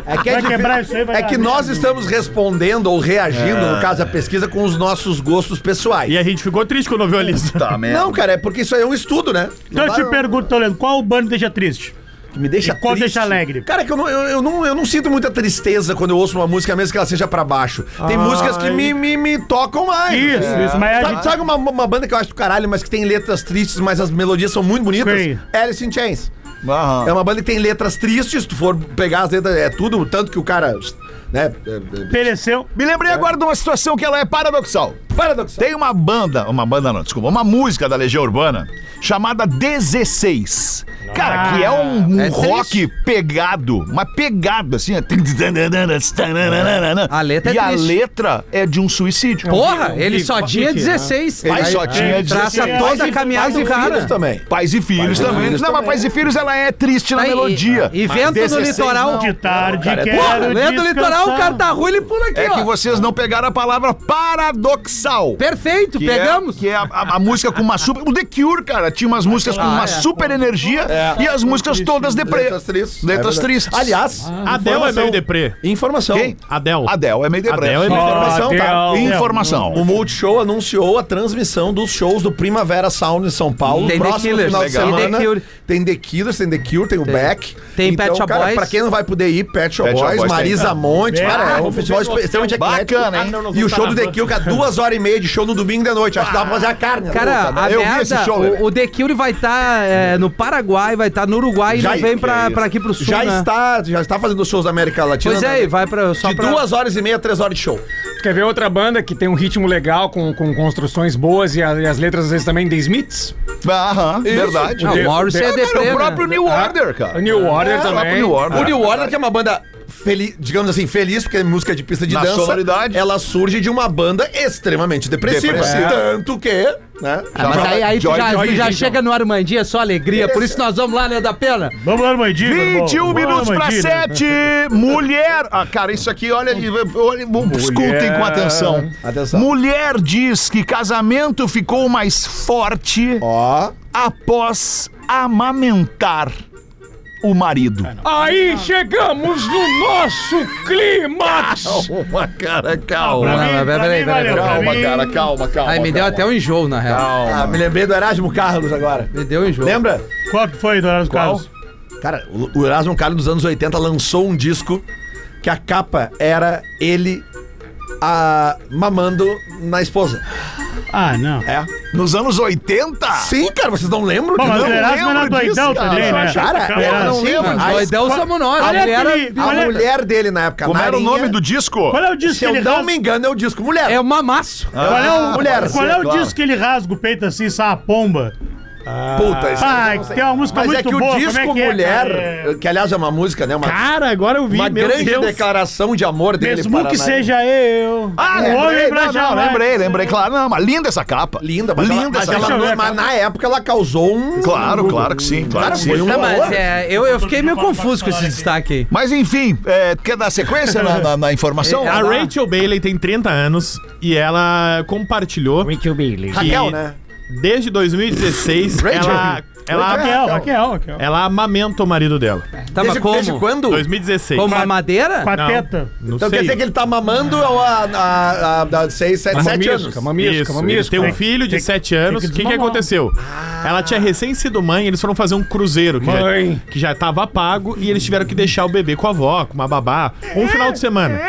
Speaker 3: É que, é
Speaker 5: Vai
Speaker 3: difí-
Speaker 5: quebrar isso aí, vai
Speaker 3: é que
Speaker 5: dar-
Speaker 3: nós estamos respondendo ou reagindo, no caso, a pesquisa com os nossos gostos pessoais.
Speaker 8: E a gente ficou triste quando ouviu a lista.
Speaker 2: Tá, merda.
Speaker 3: Não, cara, é porque isso aí é um estudo, né?
Speaker 5: Então eu
Speaker 3: Não
Speaker 5: te
Speaker 3: vai-
Speaker 5: pergunto, Toledo, qual o bando deixa triste?
Speaker 3: que me deixa
Speaker 5: e qual deixa alegre?
Speaker 3: Cara, é que eu não, eu, eu não, eu não sinto muita tristeza quando eu ouço uma música, mesmo que ela seja pra baixo. Tem músicas que me, me, me tocam mais.
Speaker 5: Ah, Isso, isso, mas a
Speaker 3: Sabe,
Speaker 5: gente-
Speaker 3: sabe uma, uma banda que eu acho do caralho, mas que tem letras tristes, mas as melodias são muito bonitas?
Speaker 5: Quem?
Speaker 3: Alice in Chains.
Speaker 2: Aham.
Speaker 3: É uma banda que tem letras tristes, se tu for pegar as letras, é tudo, tanto que o cara, né, é- é-
Speaker 5: Pereceu.
Speaker 2: Me lembrei agora de uma situação que ela é paradoxal. Paradoxal. Tem uma banda, uma banda não, desculpa, uma música da Legião Urbana chamada 16. Cara, que é um, um
Speaker 4: é
Speaker 2: rock pegado, mas pegado assim. ó.
Speaker 4: A letra é
Speaker 2: e a
Speaker 4: triste.
Speaker 2: letra é de um suicídio.
Speaker 4: Porra,
Speaker 8: vi,
Speaker 4: ele só
Speaker 8: vi
Speaker 4: tinha
Speaker 8: que-
Speaker 4: 16.
Speaker 2: Ele só tinha
Speaker 4: Traça
Speaker 2: 16.
Speaker 4: toda a caminhada do cara.
Speaker 3: Filhos também.
Speaker 2: Pais e filhos também. não, mas pais e filhos ela é triste na
Speaker 4: Tá, e-
Speaker 2: melodia.
Speaker 4: E
Speaker 2: Mas
Speaker 4: vento no
Speaker 2: 16
Speaker 4: litoral.
Speaker 5: De tarde,
Speaker 2: cara, é
Speaker 5: quero
Speaker 4: Porra, vento no
Speaker 5: descansar.
Speaker 4: litoral, o cara tá ruim, ele pula aqui,
Speaker 2: É
Speaker 4: ó.
Speaker 2: que vocês não pegaram a palavra paradoxal.
Speaker 4: Perfeito,
Speaker 2: Que
Speaker 4: pegamos.
Speaker 2: É, que é a, a- a música com uma super. O The Cure, cara, tinha umas músicas com
Speaker 4: Ah,
Speaker 2: uma
Speaker 4: é.
Speaker 2: super energia e as músicas todas deprê.
Speaker 3: Letras tristes.
Speaker 2: Letras
Speaker 3: É verdade.
Speaker 2: tristes.
Speaker 3: Aliás,
Speaker 4: Ah,
Speaker 8: Adel é meio deprê.
Speaker 3: informação.
Speaker 2: Quem?
Speaker 8: Adel.
Speaker 11: Ah,
Speaker 2: Adel é meio deprê.
Speaker 8: Adele é meio-
Speaker 3: Informação, tá?
Speaker 5: Adel.
Speaker 2: Informação.
Speaker 4: Uhum.
Speaker 3: O Multishow anunciou a transmissão dos shows do Primavera Sound em São Paulo.
Speaker 4: Tem The
Speaker 3: próximo
Speaker 4: Killers,
Speaker 3: final
Speaker 4: legal.
Speaker 3: de
Speaker 4: Tem The
Speaker 3: semana.
Speaker 4: Cure.
Speaker 3: Tem The Killers, tem The Cure, tem o Beck. Então,
Speaker 4: Tem Pet Shop
Speaker 3: cara,
Speaker 4: Boys.
Speaker 3: Pra quem não vai poder ir, Pet Shop
Speaker 2: Pet Shop
Speaker 3: Boys,
Speaker 2: Boys
Speaker 3: Marisa
Speaker 2: tem.
Speaker 3: Monte. Cara, é um festival extremamente eclético.
Speaker 2: Bacana, hein? Ah,
Speaker 3: E o show do The Kill, cara, duas horas e meia de show no domingo de noite. Acho que dá pra fazer a carne.
Speaker 4: Cara,
Speaker 3: né?
Speaker 4: a
Speaker 2: Eu vi
Speaker 4: merda,
Speaker 2: esse show, Lelê.
Speaker 4: o, o The Cure vai estar no Paraguai, vai estar no Uruguai e
Speaker 3: Já-
Speaker 4: não vem pra,
Speaker 2: que
Speaker 4: pra aqui pro sul,
Speaker 3: já,
Speaker 4: né?
Speaker 3: está, já está fazendo shows da América Latina.
Speaker 4: Pois é, e
Speaker 3: né?
Speaker 4: vai pra, só
Speaker 3: De
Speaker 4: pra...
Speaker 3: duas horas e meia, três horas de show.
Speaker 11: Quer ver outra banda que tem um ritmo legal, com, com construções boas e, a- e as letras às vezes também The Smiths?
Speaker 2: Aham, verdade.
Speaker 4: Não, o Morrissey é
Speaker 2: Cara,
Speaker 4: deprê,
Speaker 2: o
Speaker 4: né?
Speaker 2: próprio New Order, cara.
Speaker 11: New Order
Speaker 4: É,
Speaker 2: o próprio
Speaker 11: também.
Speaker 2: New Order.
Speaker 3: O New Order, que é uma banda feliz, digamos assim, feliz, porque é música de pista de
Speaker 2: Na
Speaker 3: dança.
Speaker 2: sonoridade.
Speaker 3: Ela surge de uma banda extremamente depressiva.
Speaker 2: Depressiva.
Speaker 3: Tanto que, né?
Speaker 4: Ah, mas aí, aí tu
Speaker 2: Joy-
Speaker 4: já,
Speaker 2: Joy
Speaker 4: tu já
Speaker 2: Division.
Speaker 4: chega no Armandinho, é só alegria. Por isso nós vamos lá, né, da pena?
Speaker 5: Vamos lá, Armandinho. meu irmão.
Speaker 2: 21
Speaker 5: Vamos lá,
Speaker 2: minutos pra
Speaker 5: Armandinho.
Speaker 2: 7. Mulher. Ah, cara, isso aqui, olha, olha escutem com atenção.
Speaker 3: Atenção.
Speaker 2: Mulher diz que casamento ficou mais forte
Speaker 3: Ó.
Speaker 2: após amamentar o marido.
Speaker 11: Aí chegamos no nosso clímax!
Speaker 2: (laughs) Calma, cara, calma.
Speaker 5: Pra
Speaker 4: Não,
Speaker 5: mim,
Speaker 4: não, peraí,
Speaker 5: pra mim,
Speaker 4: peraí,
Speaker 5: valeu,
Speaker 4: peraí.
Speaker 5: pra mim.
Speaker 3: calma, calma.
Speaker 4: Aí me deu até um enjoo, na real.
Speaker 3: Ah, me lembrei do Erasmo Carlos agora.
Speaker 4: Me deu um enjoo.
Speaker 3: Lembra?
Speaker 5: Qual que foi, Dona Carlos?
Speaker 3: Cara, o- o Erasmo Carlos dos anos 80 lançou um disco que a capa era ele ah, mamando na esposa.
Speaker 5: Ah, não.
Speaker 3: É.
Speaker 4: um
Speaker 2: Nos anos 80?
Speaker 3: Sim, cara, vocês não lembram
Speaker 5: Bom, mas
Speaker 3: Não
Speaker 5: o Erasmo
Speaker 2: lembro
Speaker 5: era doidão
Speaker 2: disso, cara.
Speaker 5: também, né?
Speaker 3: Cara, eu não
Speaker 5: Sim.
Speaker 3: lembro disso.
Speaker 4: Doidão somos nós.
Speaker 5: Olha
Speaker 4: ele era-
Speaker 5: aquele-
Speaker 3: A
Speaker 5: olha-
Speaker 3: mulher dele na época,
Speaker 2: Como era o
Speaker 3: Marinha,
Speaker 2: nome do disco?
Speaker 5: Qual é o disco
Speaker 3: Se
Speaker 5: que ele
Speaker 3: eu não
Speaker 5: rasga?
Speaker 3: me engano, é o disco Mulher. Ah,
Speaker 4: É o mamaço.
Speaker 5: Qual é o,
Speaker 3: mulher,
Speaker 5: qual é o
Speaker 2: claro.
Speaker 5: disco que ele rasga o peito assim, sai a pomba?
Speaker 3: Puta, isso
Speaker 5: Ah,
Speaker 3: eu não sei.
Speaker 5: tem uma música
Speaker 3: Mas é
Speaker 5: muito
Speaker 3: que
Speaker 5: boa.
Speaker 3: o
Speaker 5: como
Speaker 3: disco
Speaker 5: é que é,
Speaker 3: Mulher,
Speaker 5: cara? É,
Speaker 3: que aliás é uma música, né? Uma,
Speaker 8: Cara, agora eu vi,
Speaker 3: uma
Speaker 8: meu
Speaker 3: grande
Speaker 8: Deus.
Speaker 3: declaração de amor dele
Speaker 5: Mesmo que
Speaker 3: Maria.
Speaker 5: seja eu.
Speaker 2: Ah,
Speaker 5: o
Speaker 2: lembrei,
Speaker 5: homem pra
Speaker 2: não, não,
Speaker 5: jamais.
Speaker 2: lembrei, lembrei, claro. Não, mas linda essa capa.
Speaker 3: Linda, mas, ela,
Speaker 2: linda
Speaker 3: mas,
Speaker 2: essa
Speaker 3: ela
Speaker 2: capa.
Speaker 3: não-
Speaker 5: ver,
Speaker 3: mas
Speaker 5: cara.
Speaker 3: na época ela causou um...
Speaker 2: Claro, claro que sim, claro
Speaker 3: Cara,
Speaker 2: que sim.
Speaker 3: foi um
Speaker 4: Não, mas
Speaker 3: horror.
Speaker 4: é, eu, eu fiquei meio confuso com esse destaque aí.
Speaker 2: Mas enfim, é, quer dar sequência na, na- na informação?
Speaker 8: A Rachel Bailey tem 30 anos e ela compartilhou
Speaker 5: Rachel Bailey.
Speaker 3: Raquel,
Speaker 8: que
Speaker 3: né?
Speaker 8: desde 2016
Speaker 3: Rachel.
Speaker 8: ela, ela,
Speaker 5: Raquel, Raquel, Raquel.
Speaker 8: ela amamenta o marido dela.
Speaker 4: Tava
Speaker 3: Desde,
Speaker 4: como?
Speaker 3: desde quando?
Speaker 8: 2016.
Speaker 4: Como mamadeira?
Speaker 5: Com a
Speaker 8: Não.
Speaker 5: teta.
Speaker 8: Não
Speaker 3: Então
Speaker 8: sei.
Speaker 3: quer dizer que ele tá mamando há- há há- há seis, sete, sete anos.
Speaker 8: Isso, ele tem um filho de
Speaker 5: Tem-
Speaker 8: 7
Speaker 5: tem
Speaker 8: anos.
Speaker 5: que
Speaker 8: O que, que
Speaker 5: desmamar.
Speaker 8: aconteceu?
Speaker 3: Ah.
Speaker 8: Ela tinha recém sido mãe, eles foram fazer um cruzeiro que,
Speaker 11: Mãe.
Speaker 8: Já, que já tava pago e eles tiveram que deixar o bebê com a avó, com uma babá, um final de semana.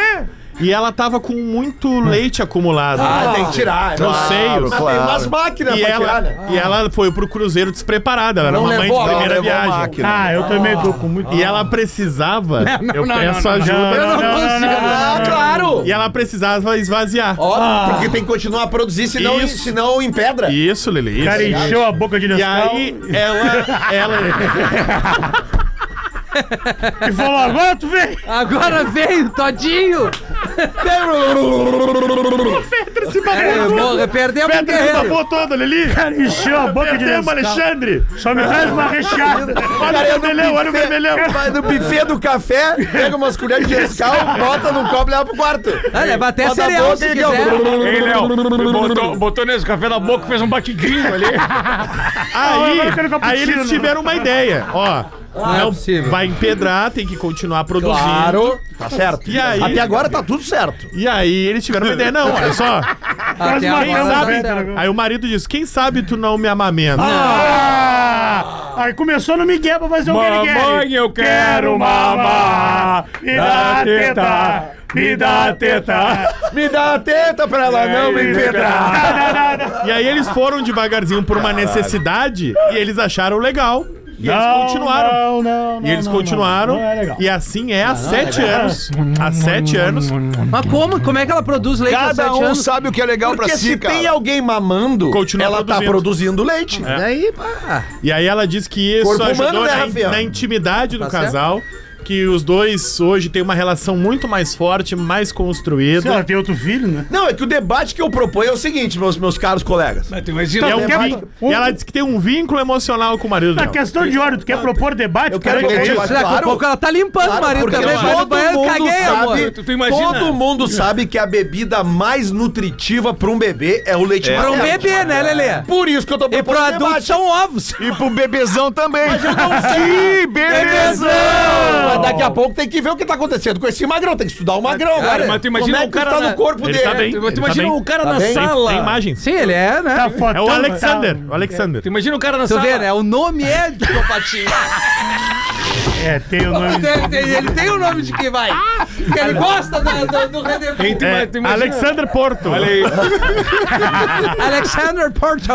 Speaker 8: E ela tava com muito leite acumulado.
Speaker 3: Ah, tem que tirar.
Speaker 8: Não
Speaker 3: claro.
Speaker 8: sei,
Speaker 3: Mas tem umas
Speaker 2: É
Speaker 3: máquinas
Speaker 8: E
Speaker 3: pra tirar,
Speaker 8: ela,
Speaker 3: né?
Speaker 8: e ela foi pro cruzeiro despreparada. Ela era
Speaker 3: Não
Speaker 8: uma mãe de
Speaker 3: levou a- não
Speaker 8: primeira
Speaker 2: levou a
Speaker 8: viagem.
Speaker 2: máquina.
Speaker 5: Ah, eu também tô com muito.
Speaker 8: E ela precisava. eu peço ajuda.
Speaker 5: não, não, não, não, não,
Speaker 3: Ah, claro!
Speaker 8: E ela precisava esvaziar.
Speaker 3: Ó, porque tem que continuar a produzir, senão,
Speaker 8: Isso.
Speaker 3: senão empedra.
Speaker 8: Isso, Lili. isso.
Speaker 5: cara encheu a boca de
Speaker 8: E
Speaker 5: Nescau
Speaker 8: aí, ela, ela,
Speaker 5: e falou, agora tu vem.
Speaker 4: Agora veio, todinho!
Speaker 6: Se babou
Speaker 4: É,
Speaker 6: todo.
Speaker 4: morre, perdemos o
Speaker 6: Pedro, se
Speaker 4: guerreiro.
Speaker 6: babou todo, Lili.
Speaker 5: Cara, encheu a boca de
Speaker 6: Perdemos,
Speaker 5: Nescau.
Speaker 6: Alexandre.
Speaker 5: Só me traz uma recheada.
Speaker 6: Olha
Speaker 3: Cara, eu
Speaker 6: o
Speaker 3: no
Speaker 6: vermelhão, olha o
Speaker 3: buffet-
Speaker 6: vermelhão.
Speaker 3: Vai no buffet do café, pega umas colheres de escal, bota num copo e leva pro quarto.
Speaker 4: Ah, leva até
Speaker 3: Bota a
Speaker 4: cereal,
Speaker 3: boca
Speaker 4: se
Speaker 3: e-
Speaker 4: quiser.
Speaker 6: Ei, Léo, botou, botou nesse café na boca, fez um baquigrinho ali.
Speaker 8: Aí,
Speaker 6: agora eu quero cappuccino.
Speaker 8: aí eles tiveram uma ideia, ó.
Speaker 4: é
Speaker 8: não
Speaker 4: possível.
Speaker 8: vai empedrar, tem que continuar produzindo.
Speaker 3: Claro. Tá certo.
Speaker 8: E aí?
Speaker 3: Até agora tá tudo certo.
Speaker 8: E aí eles tiveram uma ideia, não, olha só.
Speaker 4: Até
Speaker 6: uma
Speaker 4: agora,
Speaker 6: cama,
Speaker 4: tá
Speaker 6: velho.
Speaker 4: certo.
Speaker 8: Aí o marido disse: Quem sabe tu não me amamenta?
Speaker 5: Ah! Aí começou no Miguel pra
Speaker 3: um
Speaker 5: fazer o Miguel.
Speaker 6: Mamãe, eu quero mamar.
Speaker 5: Me dá a teta. Ah, Me dá a teta.
Speaker 3: Me dá a teta pra ela Ah, não me empedrar.
Speaker 8: E aí eles foram devagarzinho por uma necessidade e eles acharam legal. E eles continuaram.
Speaker 6: Não, não, não.
Speaker 8: E eles
Speaker 6: não,
Speaker 8: continuaram.
Speaker 6: Não, não é legal.
Speaker 8: E assim é há sete anos. Há sete anos.
Speaker 4: Mas como? Como é que ela produz leite aos
Speaker 2: Cada
Speaker 4: sete
Speaker 2: um
Speaker 4: anos?
Speaker 2: sabe o que é legal
Speaker 3: Porque
Speaker 2: pra si,
Speaker 3: se
Speaker 2: cara.
Speaker 3: tem alguém mamando,
Speaker 8: Continua
Speaker 3: ela tá produzindo leite. né?
Speaker 4: Daí, pá.
Speaker 8: E aí ela diz que isso
Speaker 3: Corpo
Speaker 8: ajudou
Speaker 3: humano, né,
Speaker 8: na,
Speaker 3: Rafinha?
Speaker 8: na intimidade do
Speaker 4: Tá certo.
Speaker 8: casal. Que os dois hoje têm uma relação muito mais forte, mais
Speaker 5: Se ela
Speaker 8: construída.
Speaker 5: tem outro filho, né?
Speaker 3: Não, é que o debate que eu proponho é o seguinte, meus, meus caros colegas.
Speaker 11: Mas tu imagina,
Speaker 8: É um
Speaker 11: o
Speaker 5: quer-
Speaker 8: vínculo- e ela diz que tem um vínculo emocional com o marido
Speaker 5: Na
Speaker 8: dela.
Speaker 5: questão de ordem, tu quer propor debate?
Speaker 3: Eu quero
Speaker 5: Cara,
Speaker 3: que
Speaker 5: é
Speaker 3: a gente
Speaker 5: isso.
Speaker 3: Mas
Speaker 4: Será que
Speaker 3: claro.
Speaker 4: um pouco ela tá limpando o marido
Speaker 3: porque
Speaker 4: também? Vai no
Speaker 3: todo
Speaker 4: banheiro,
Speaker 3: mundo
Speaker 4: caguei,
Speaker 3: sabe,
Speaker 4: amor.
Speaker 11: Tu- tu imagina?
Speaker 3: Todo mundo sabe que a bebida mais nutritiva pra um bebê é o leite
Speaker 4: Pra
Speaker 3: materno.
Speaker 4: um bebê, né, Lelê?
Speaker 3: Por isso que eu tô
Speaker 4: E pro
Speaker 3: propondo esse
Speaker 4: adulto
Speaker 3: debate. Então,
Speaker 4: são ovos.
Speaker 2: E pro bebezão também.
Speaker 4: (laughs)
Speaker 2: Que bebezão!
Speaker 3: Mas daqui a pouco tem que ver o que tá acontecendo com esse magrão. Tem que estudar o magrão,
Speaker 11: Cara,
Speaker 3: cara.
Speaker 11: mas tu imagina
Speaker 3: Como é
Speaker 11: o
Speaker 3: que
Speaker 11: cara
Speaker 3: tá
Speaker 11: na-
Speaker 3: no corpo
Speaker 8: Ele
Speaker 3: dele.
Speaker 8: tá bem.
Speaker 11: Tu
Speaker 8: Ele tá
Speaker 11: imagina
Speaker 8: bem.
Speaker 11: o cara
Speaker 3: Tá
Speaker 11: na
Speaker 3: bem?
Speaker 11: sala.
Speaker 8: Tem imagens.
Speaker 4: Sim, ele é, né?
Speaker 5: Tá
Speaker 8: É
Speaker 5: fotão,
Speaker 8: o
Speaker 5: tá-
Speaker 8: Alexander. O Alexander.
Speaker 11: Tu
Speaker 3: um
Speaker 11: imagina o cara na
Speaker 4: Tu
Speaker 11: sala.
Speaker 4: vê, né? O nome é de Copatinho.
Speaker 5: É, tem o nome.
Speaker 4: Tem- tem- ele tem o nome de quem vai. Porque ele gosta do, do, do Redentor.
Speaker 11: Hein, tu
Speaker 8: (laughs) É,
Speaker 11: ima- tu imagina-
Speaker 8: Alexander Porto.
Speaker 11: Olha aí.
Speaker 4: Alexander Porto.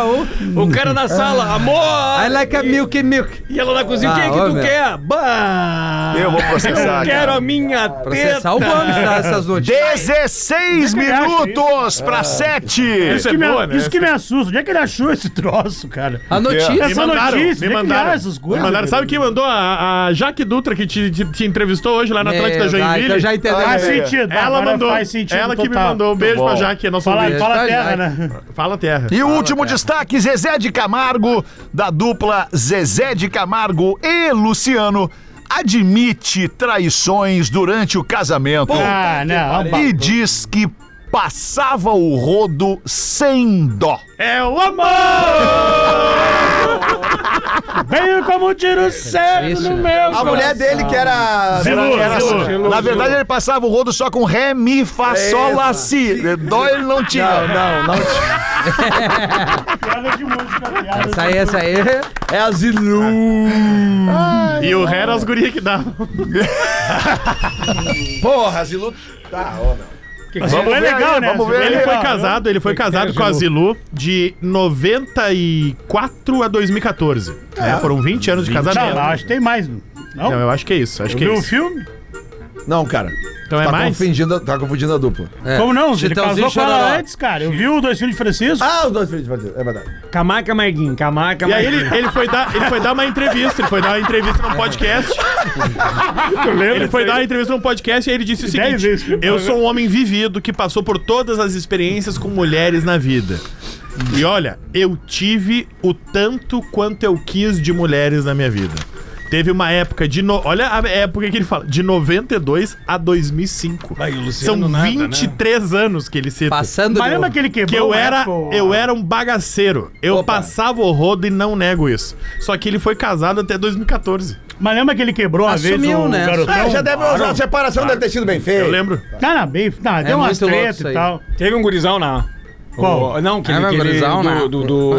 Speaker 11: O um cara na
Speaker 3: Ah.
Speaker 11: sala,
Speaker 4: I
Speaker 11: amor!
Speaker 4: like a milk milk.
Speaker 11: E ela na cozinha, o que,
Speaker 4: Ah,
Speaker 11: é que
Speaker 4: ô,
Speaker 11: tu
Speaker 4: meu.
Speaker 11: quer? Bah!
Speaker 2: Eu vou processar,
Speaker 11: Quero
Speaker 2: cara.
Speaker 11: a
Speaker 3: Ah,
Speaker 11: minha teta!
Speaker 4: Processar o
Speaker 11: (laughs)
Speaker 4: Gomes
Speaker 11: É.
Speaker 4: tá, essas notícias.
Speaker 2: 16 minutos pra 7.
Speaker 8: Isso é
Speaker 5: que me-
Speaker 8: boa, né?
Speaker 5: Isso que me assusta. Onde é que ele achou esse troço, cara?
Speaker 11: É.
Speaker 4: A notícia.
Speaker 8: Me
Speaker 5: Essa
Speaker 8: mandaram,
Speaker 5: notícia,
Speaker 8: me
Speaker 5: tem que
Speaker 8: mandaram.
Speaker 5: criar essas coisas,
Speaker 8: me mandaram. Sabe quem mandou? A, a Jaque Dutra, que te, te- te entrevistou hoje lá na Atlântida
Speaker 4: É, vai,
Speaker 8: Joinville.
Speaker 4: então já entendeu.
Speaker 5: Faz sentido.
Speaker 8: É, Ela
Speaker 5: Agora
Speaker 8: mandou.
Speaker 5: Faz sentido
Speaker 8: ela que me
Speaker 5: total.
Speaker 11: Tá
Speaker 8: mandou. Um beijo pra Jaque, nossa
Speaker 5: Fala,
Speaker 8: ouvinte.
Speaker 5: fala
Speaker 4: Tá,
Speaker 5: terra,
Speaker 4: já.
Speaker 5: né?
Speaker 8: Fala, Terra.
Speaker 2: E o último destaque, Zezé de Camargo, da dupla Zezé de Camargo e Luciano, admite traições durante o casamento
Speaker 5: Ah, não.
Speaker 2: e diz que passava o rodo sem dó.
Speaker 8: É o amor!
Speaker 5: Veio como um
Speaker 2: É
Speaker 5: tiro certo
Speaker 4: Isso,
Speaker 5: no
Speaker 4: né?
Speaker 5: meu.
Speaker 3: A mulher dele que era...
Speaker 8: Zilu, Zilu.
Speaker 2: Na verdade, ele passava o rodo só com ré, mi, fá, sol, lá, si. Dó ele não
Speaker 3: É Não,
Speaker 2: tinha.
Speaker 3: não, não.
Speaker 5: Piada de música,
Speaker 11: Ah,
Speaker 5: piada
Speaker 4: Essa aí, essa aí.
Speaker 3: É a Zilu.
Speaker 8: E o ré era as gurias que dava.
Speaker 3: Porra, a Zilu...
Speaker 5: Vamos é legal, né?
Speaker 2: vamos ver.
Speaker 8: Ele
Speaker 2: Legal,
Speaker 8: foi casado, ele foi casado com a Zilu de 94 a 2014. né? Foram 20 anos de
Speaker 5: Não, não,
Speaker 8: casamento.
Speaker 5: acho que tem mais. um. Não?
Speaker 8: Não, eu acho que é isso. Acho
Speaker 5: Eu
Speaker 8: que
Speaker 5: vi
Speaker 8: é
Speaker 5: um
Speaker 8: isso.
Speaker 5: filme?
Speaker 3: Não, cara.
Speaker 8: Então é
Speaker 3: Tá
Speaker 8: mais.
Speaker 3: confundindo, a- tá confundindo a dupla.
Speaker 4: É.
Speaker 5: Como não? Ele
Speaker 4: Chitãozinho
Speaker 5: casou com ela
Speaker 4: Chororó.
Speaker 5: antes, cara. Eu vi o Dois Filhos de Francisco.
Speaker 3: Ah, os dois filhos de Francisco, é verdade.
Speaker 11: Camaca, Marguinho, camaca,
Speaker 8: E aí ele, ele, foi dar, ele foi dar uma entrevista, ele foi dar uma entrevista num podcast.
Speaker 5: Ah,
Speaker 8: Ele foi dar uma entrevista num podcast e aí ele disse o
Speaker 5: Dez
Speaker 8: seguinte:
Speaker 5: vezes.
Speaker 11: né?
Speaker 8: Eu sou um homem vivido que passou por todas as experiências com mulheres na vida. E olha, eu tive o tanto quanto eu quis de mulheres na minha vida. Teve uma época de. No... Olha a época que ele fala: de 92 a 2005.
Speaker 11: Vai, o Luciano
Speaker 8: São
Speaker 11: nada,
Speaker 8: 23 anos que ele cita.
Speaker 4: Passando
Speaker 5: Mas
Speaker 4: de
Speaker 5: lembra
Speaker 4: novo.
Speaker 5: que ele quebrou?
Speaker 8: Que eu
Speaker 5: o
Speaker 8: era,
Speaker 5: Apple?
Speaker 8: eu era um bagaceiro. Eu
Speaker 4: Opa.
Speaker 8: passava o rodo e não nego isso. Só que ele foi casado até 2014.
Speaker 5: Mas lembra que ele quebrou uma vez
Speaker 4: Assumiu,
Speaker 5: o
Speaker 4: né?
Speaker 5: garotão?
Speaker 3: Ah, já deve, a separação deve ter sido bem feia.
Speaker 8: Eu lembro.
Speaker 5: Não, não, Tá bem,
Speaker 8: É
Speaker 5: não, deu umas
Speaker 4: muito louco
Speaker 5: tretas
Speaker 4: isso
Speaker 5: e
Speaker 4: aí.
Speaker 5: tal.
Speaker 11: Teve um gurizão na.
Speaker 5: Qual?
Speaker 11: O- não, que
Speaker 4: Ah,
Speaker 11: ele.
Speaker 4: mas
Speaker 11: que ele-
Speaker 4: gurizão,
Speaker 11: do,
Speaker 4: né?
Speaker 11: do, do-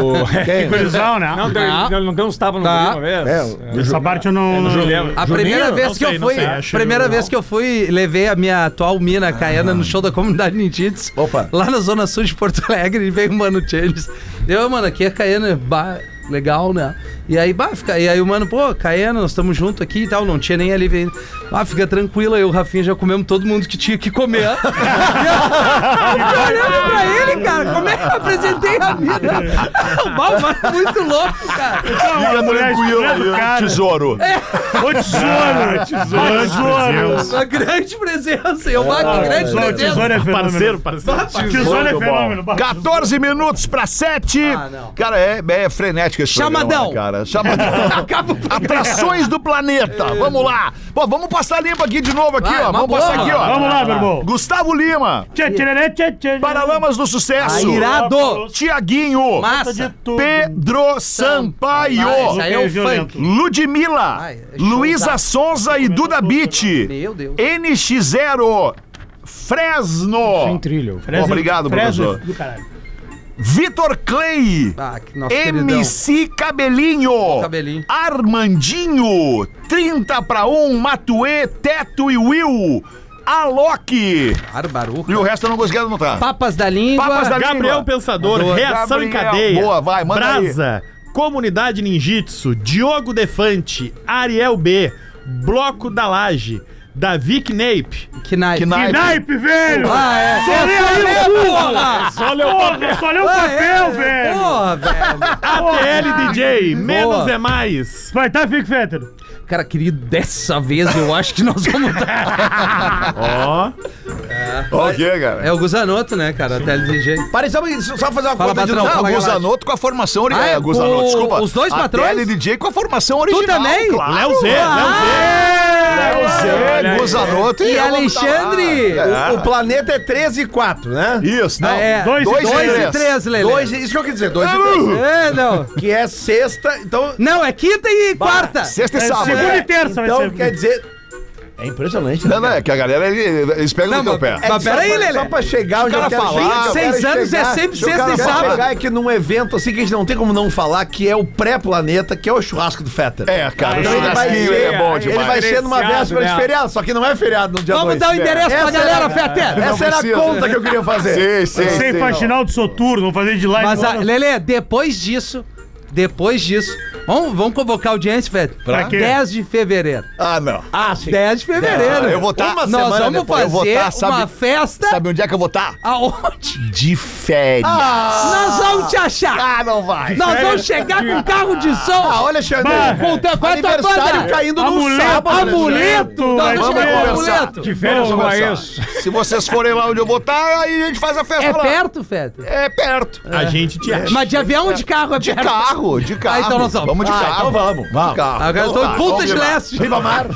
Speaker 3: Quem?
Speaker 5: Gurizão, né?
Speaker 11: Não, deu,
Speaker 4: Tá.
Speaker 11: ele não deu uns tapas no
Speaker 4: Tá.
Speaker 11: tá. uma vez?
Speaker 3: É,
Speaker 11: É.
Speaker 5: Essa parte eu não... não-
Speaker 11: Eu lembro.
Speaker 4: A primeira vez
Speaker 8: Não
Speaker 4: que
Speaker 8: sei,
Speaker 4: eu
Speaker 8: não
Speaker 4: fui,
Speaker 8: sei, acho
Speaker 4: primeira
Speaker 8: que não. Ah.
Speaker 4: vez que eu fui, levei a minha atual mina Caiana no show da comunidade Nintites.
Speaker 3: Opa.
Speaker 4: Lá na zona sul de Porto Alegre, e veio o Mano Chaves. Eu, mano, aqui é Caiana, bah, legal, né? E aí, bah, fica, e aí o mano, pô, Caiana, nós estamos junto aqui e tal, não tinha nem alívio ainda. Ah, fica tranquila, eu e o Rafinha já comemos todo mundo que tinha que comer. (laughs) eu fiquei olhando pra ele, cara, como é que eu apresentei a vida? (laughs) O mal, mano, é muito louco, cara.
Speaker 2: Fica tranquilo aí, tesouro.
Speaker 8: É.
Speaker 4: Ô,
Speaker 2: tesouro, tesouro, tesouro.
Speaker 4: Uma grande presença, eu bato
Speaker 2: Ah,
Speaker 4: uma grande
Speaker 2: tesouro,
Speaker 4: presença.
Speaker 2: tesouro é fenômeno. Parceiro,
Speaker 8: parceiro. é
Speaker 5: é
Speaker 2: Muito bom. 14 minutos pra 7.
Speaker 5: Ah,
Speaker 2: cara, é, é frenético esse
Speaker 4: Chamadão.
Speaker 2: programa, cara.
Speaker 5: (laughs)
Speaker 2: Chamadão. Atrações do planeta. Vamos lá. Pô, vamos passar limpo aqui de novo aqui,
Speaker 5: Vai,
Speaker 2: ó.
Speaker 5: uma
Speaker 2: Vamos
Speaker 5: boa.
Speaker 2: passar aqui, ó.
Speaker 5: Vamos lá, meu irmão.
Speaker 2: Gustavo Lima. Paralamas do Sucesso.
Speaker 5: Ah, irado.
Speaker 2: Tiaguinho.
Speaker 5: Massa. De tudo.
Speaker 2: Pedro Sampaio.
Speaker 5: Ah, isso aí é o funk.
Speaker 2: Ludmilla. Luísa Sonza e Duda Beat.
Speaker 4: Meu Deus.
Speaker 2: NX0. Fresno.
Speaker 11: Sem trilho.
Speaker 2: Fresno- Obrigado,
Speaker 11: Fresno-
Speaker 2: professor. Vitor Clay.
Speaker 4: Ah, nosso
Speaker 2: MC Cabelinho.
Speaker 4: Cabelinho.
Speaker 2: Armandinho. 30 pra 1. Matuê, Teto e Will. Alok.
Speaker 4: Barbaruca.
Speaker 2: E o resto eu não consegui anotar.
Speaker 4: Papas da língua.
Speaker 2: Papas da
Speaker 8: Gabriel
Speaker 2: língua.
Speaker 8: Pensador,
Speaker 2: Adoro.
Speaker 8: Reação em
Speaker 2: Gabriel.
Speaker 8: Cadeia.
Speaker 2: Boa, vai, manda
Speaker 8: Brasa, Comunidade Ninjitsu, Diogo Defante, Ariel B, Bloco da Laje, Davi Knape.
Speaker 4: Knape.
Speaker 5: Que naipe, velho!
Speaker 8: Ah, é.
Speaker 5: Só lê
Speaker 8: Essa é
Speaker 5: aí o
Speaker 8: porra.
Speaker 5: burro!
Speaker 8: Só lê o
Speaker 5: Porra,
Speaker 8: papel.
Speaker 5: Só lê o
Speaker 8: Ah,
Speaker 5: papel,
Speaker 8: é.
Speaker 5: velho!
Speaker 8: Porra,
Speaker 4: velho!
Speaker 8: Tá, ATL DJ, menos é mais.
Speaker 5: Vai, tá, Fico Fetter?
Speaker 4: Cara, querido, dessa vez eu acho que nós vamos dar.
Speaker 8: Ó.
Speaker 2: Ó o quê, cara?
Speaker 4: É o Gusanoto, né, cara? Até ele de jeito.
Speaker 3: Para só, só fazer uma
Speaker 4: Fala,
Speaker 3: conta de
Speaker 4: Batrão,
Speaker 3: novo.
Speaker 2: Não,
Speaker 4: Fala,
Speaker 2: Gusanoto com a formação
Speaker 4: Ah,
Speaker 2: original.
Speaker 4: é,
Speaker 2: é, Gusanoto,
Speaker 4: o-
Speaker 2: desculpa.
Speaker 4: os dois
Speaker 2: a
Speaker 4: patrões?
Speaker 2: Tele DJ com a formação original.
Speaker 4: também? É. Ah,
Speaker 2: Claro.
Speaker 8: Léo Z,
Speaker 2: Ah. Léo Z, Gusanoto
Speaker 4: E
Speaker 2: eu vou botar lá.
Speaker 4: Alexandre?
Speaker 2: É.
Speaker 3: O, o planeta é 13 e 4, né?
Speaker 2: Isso, não.
Speaker 4: Ah, é. Dois e
Speaker 2: dois
Speaker 4: dois e
Speaker 2: três.
Speaker 4: três, Lelê.
Speaker 3: Dois, isso que eu quis dizer, 2 e
Speaker 2: Vamos!
Speaker 3: 3.
Speaker 4: É, não.
Speaker 3: Que é sexta, então...
Speaker 4: Não, é quinta e quarta.
Speaker 2: Sexta e sábado.
Speaker 5: Segunda e terça vai
Speaker 3: Então
Speaker 5: ser.
Speaker 3: quer dizer... É impressionante, né?
Speaker 2: Não, não, é que a galera, ele- eles pegam
Speaker 4: Não,
Speaker 2: no teu pé.
Speaker 3: É
Speaker 4: Mas
Speaker 3: só
Speaker 4: peraí,
Speaker 3: pra-
Speaker 4: Lelê.
Speaker 3: Só pra chegar onde
Speaker 2: O cara
Speaker 3: eu quero
Speaker 2: fala, "Ah,
Speaker 3: chegar, eu
Speaker 4: 26
Speaker 3: quero
Speaker 4: anos é
Speaker 3: chegar,
Speaker 4: sempre
Speaker 3: que eu
Speaker 4: sexta
Speaker 3: quero
Speaker 4: e sábado.
Speaker 3: chegar É que num evento assim que a gente não tem como não falar, que é o pré-planeta, que é o churrasco do Fetter.
Speaker 2: É, cara, o
Speaker 3: Então ele vai
Speaker 2: churrasquinho ele é
Speaker 3: ser-
Speaker 2: bom
Speaker 3: Ele vai
Speaker 2: demais.
Speaker 3: ser numa
Speaker 11: Diferenciado,
Speaker 3: véspera de
Speaker 11: né?
Speaker 3: feriado, só que não é feriado no dia
Speaker 4: Vamos
Speaker 3: dois.
Speaker 4: dar o endereço
Speaker 3: Essa
Speaker 4: pra
Speaker 3: era-
Speaker 4: galera, Fetter.
Speaker 3: Essa era é a
Speaker 2: né?
Speaker 3: conta que eu queria fazer.
Speaker 2: Sei, sei,
Speaker 5: Sem
Speaker 2: sei.
Speaker 5: faxinal do Soturno, vamos fazer de live.
Speaker 4: Mas, a,
Speaker 5: vamos-
Speaker 4: Lelê, depois disso, depois disso, vamos, vamos convocar a audiência, velho.
Speaker 5: Pra quê?
Speaker 4: 10 de fevereiro.
Speaker 2: Ah, não.
Speaker 3: Ah, sim.
Speaker 4: 10 de fevereiro.
Speaker 2: Ah, eu vou tá-
Speaker 4: Uma
Speaker 2: Nós
Speaker 4: Nós
Speaker 2: vamos
Speaker 4: vamos
Speaker 2: fazer
Speaker 4: fazer
Speaker 3: tá,
Speaker 2: uma
Speaker 4: uma festa
Speaker 2: Sabe onde é que eu vou estar?
Speaker 4: aonde?
Speaker 2: De férias.
Speaker 3: Ah,
Speaker 4: Nós vamos te achar.
Speaker 2: Ah, não vai.
Speaker 4: Nós vamos chegar com carro de som.
Speaker 3: Ah, olha, Xandão.
Speaker 4: com o teu com a tua
Speaker 3: Aniversário
Speaker 4: banda.
Speaker 3: caindo no
Speaker 5: Amuleto,
Speaker 3: sábado. né,
Speaker 4: Amuleto. Nós
Speaker 5: Vamos
Speaker 4: vamos chegar com
Speaker 2: conversar.
Speaker 4: amuleto.
Speaker 11: De férias
Speaker 2: Vamos
Speaker 11: com
Speaker 2: conversar.
Speaker 11: isso.
Speaker 2: Se vocês forem lá onde eu vou estar, aí a gente faz a festa
Speaker 4: É
Speaker 2: lá.
Speaker 4: perto, Fetter?
Speaker 2: É perto.
Speaker 8: A gente
Speaker 5: É.
Speaker 8: te
Speaker 3: É
Speaker 8: acha.
Speaker 4: Mas de avião ou de carro é
Speaker 2: De
Speaker 4: perto?
Speaker 2: carro, de carro.
Speaker 4: Ah, então nós vamos.
Speaker 2: Vamos de
Speaker 4: Ah,
Speaker 2: carro.
Speaker 3: então vamos, vamos.
Speaker 2: De carro.
Speaker 4: Agora eu tô
Speaker 2: Então
Speaker 4: em
Speaker 2: tá,
Speaker 4: Punta
Speaker 2: vamos
Speaker 4: de
Speaker 2: lá.
Speaker 4: Leste.
Speaker 3: Viva Mar.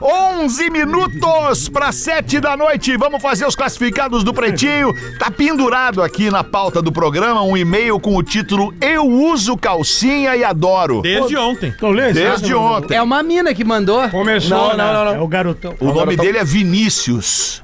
Speaker 2: 11 minutos para 7 da noite. Vamos fazer os classificados do Pretinho. Tá pendurado aqui na pauta do programa um e-mail com o título Eu uso calcinha e adoro.
Speaker 8: Desde ontem.
Speaker 5: Então lê esse.
Speaker 2: Desde ontem.
Speaker 4: É uma mina que mandou.
Speaker 11: Começou,
Speaker 3: Não, não, não,
Speaker 5: É o garotão.
Speaker 2: O nome dele é Vinícius.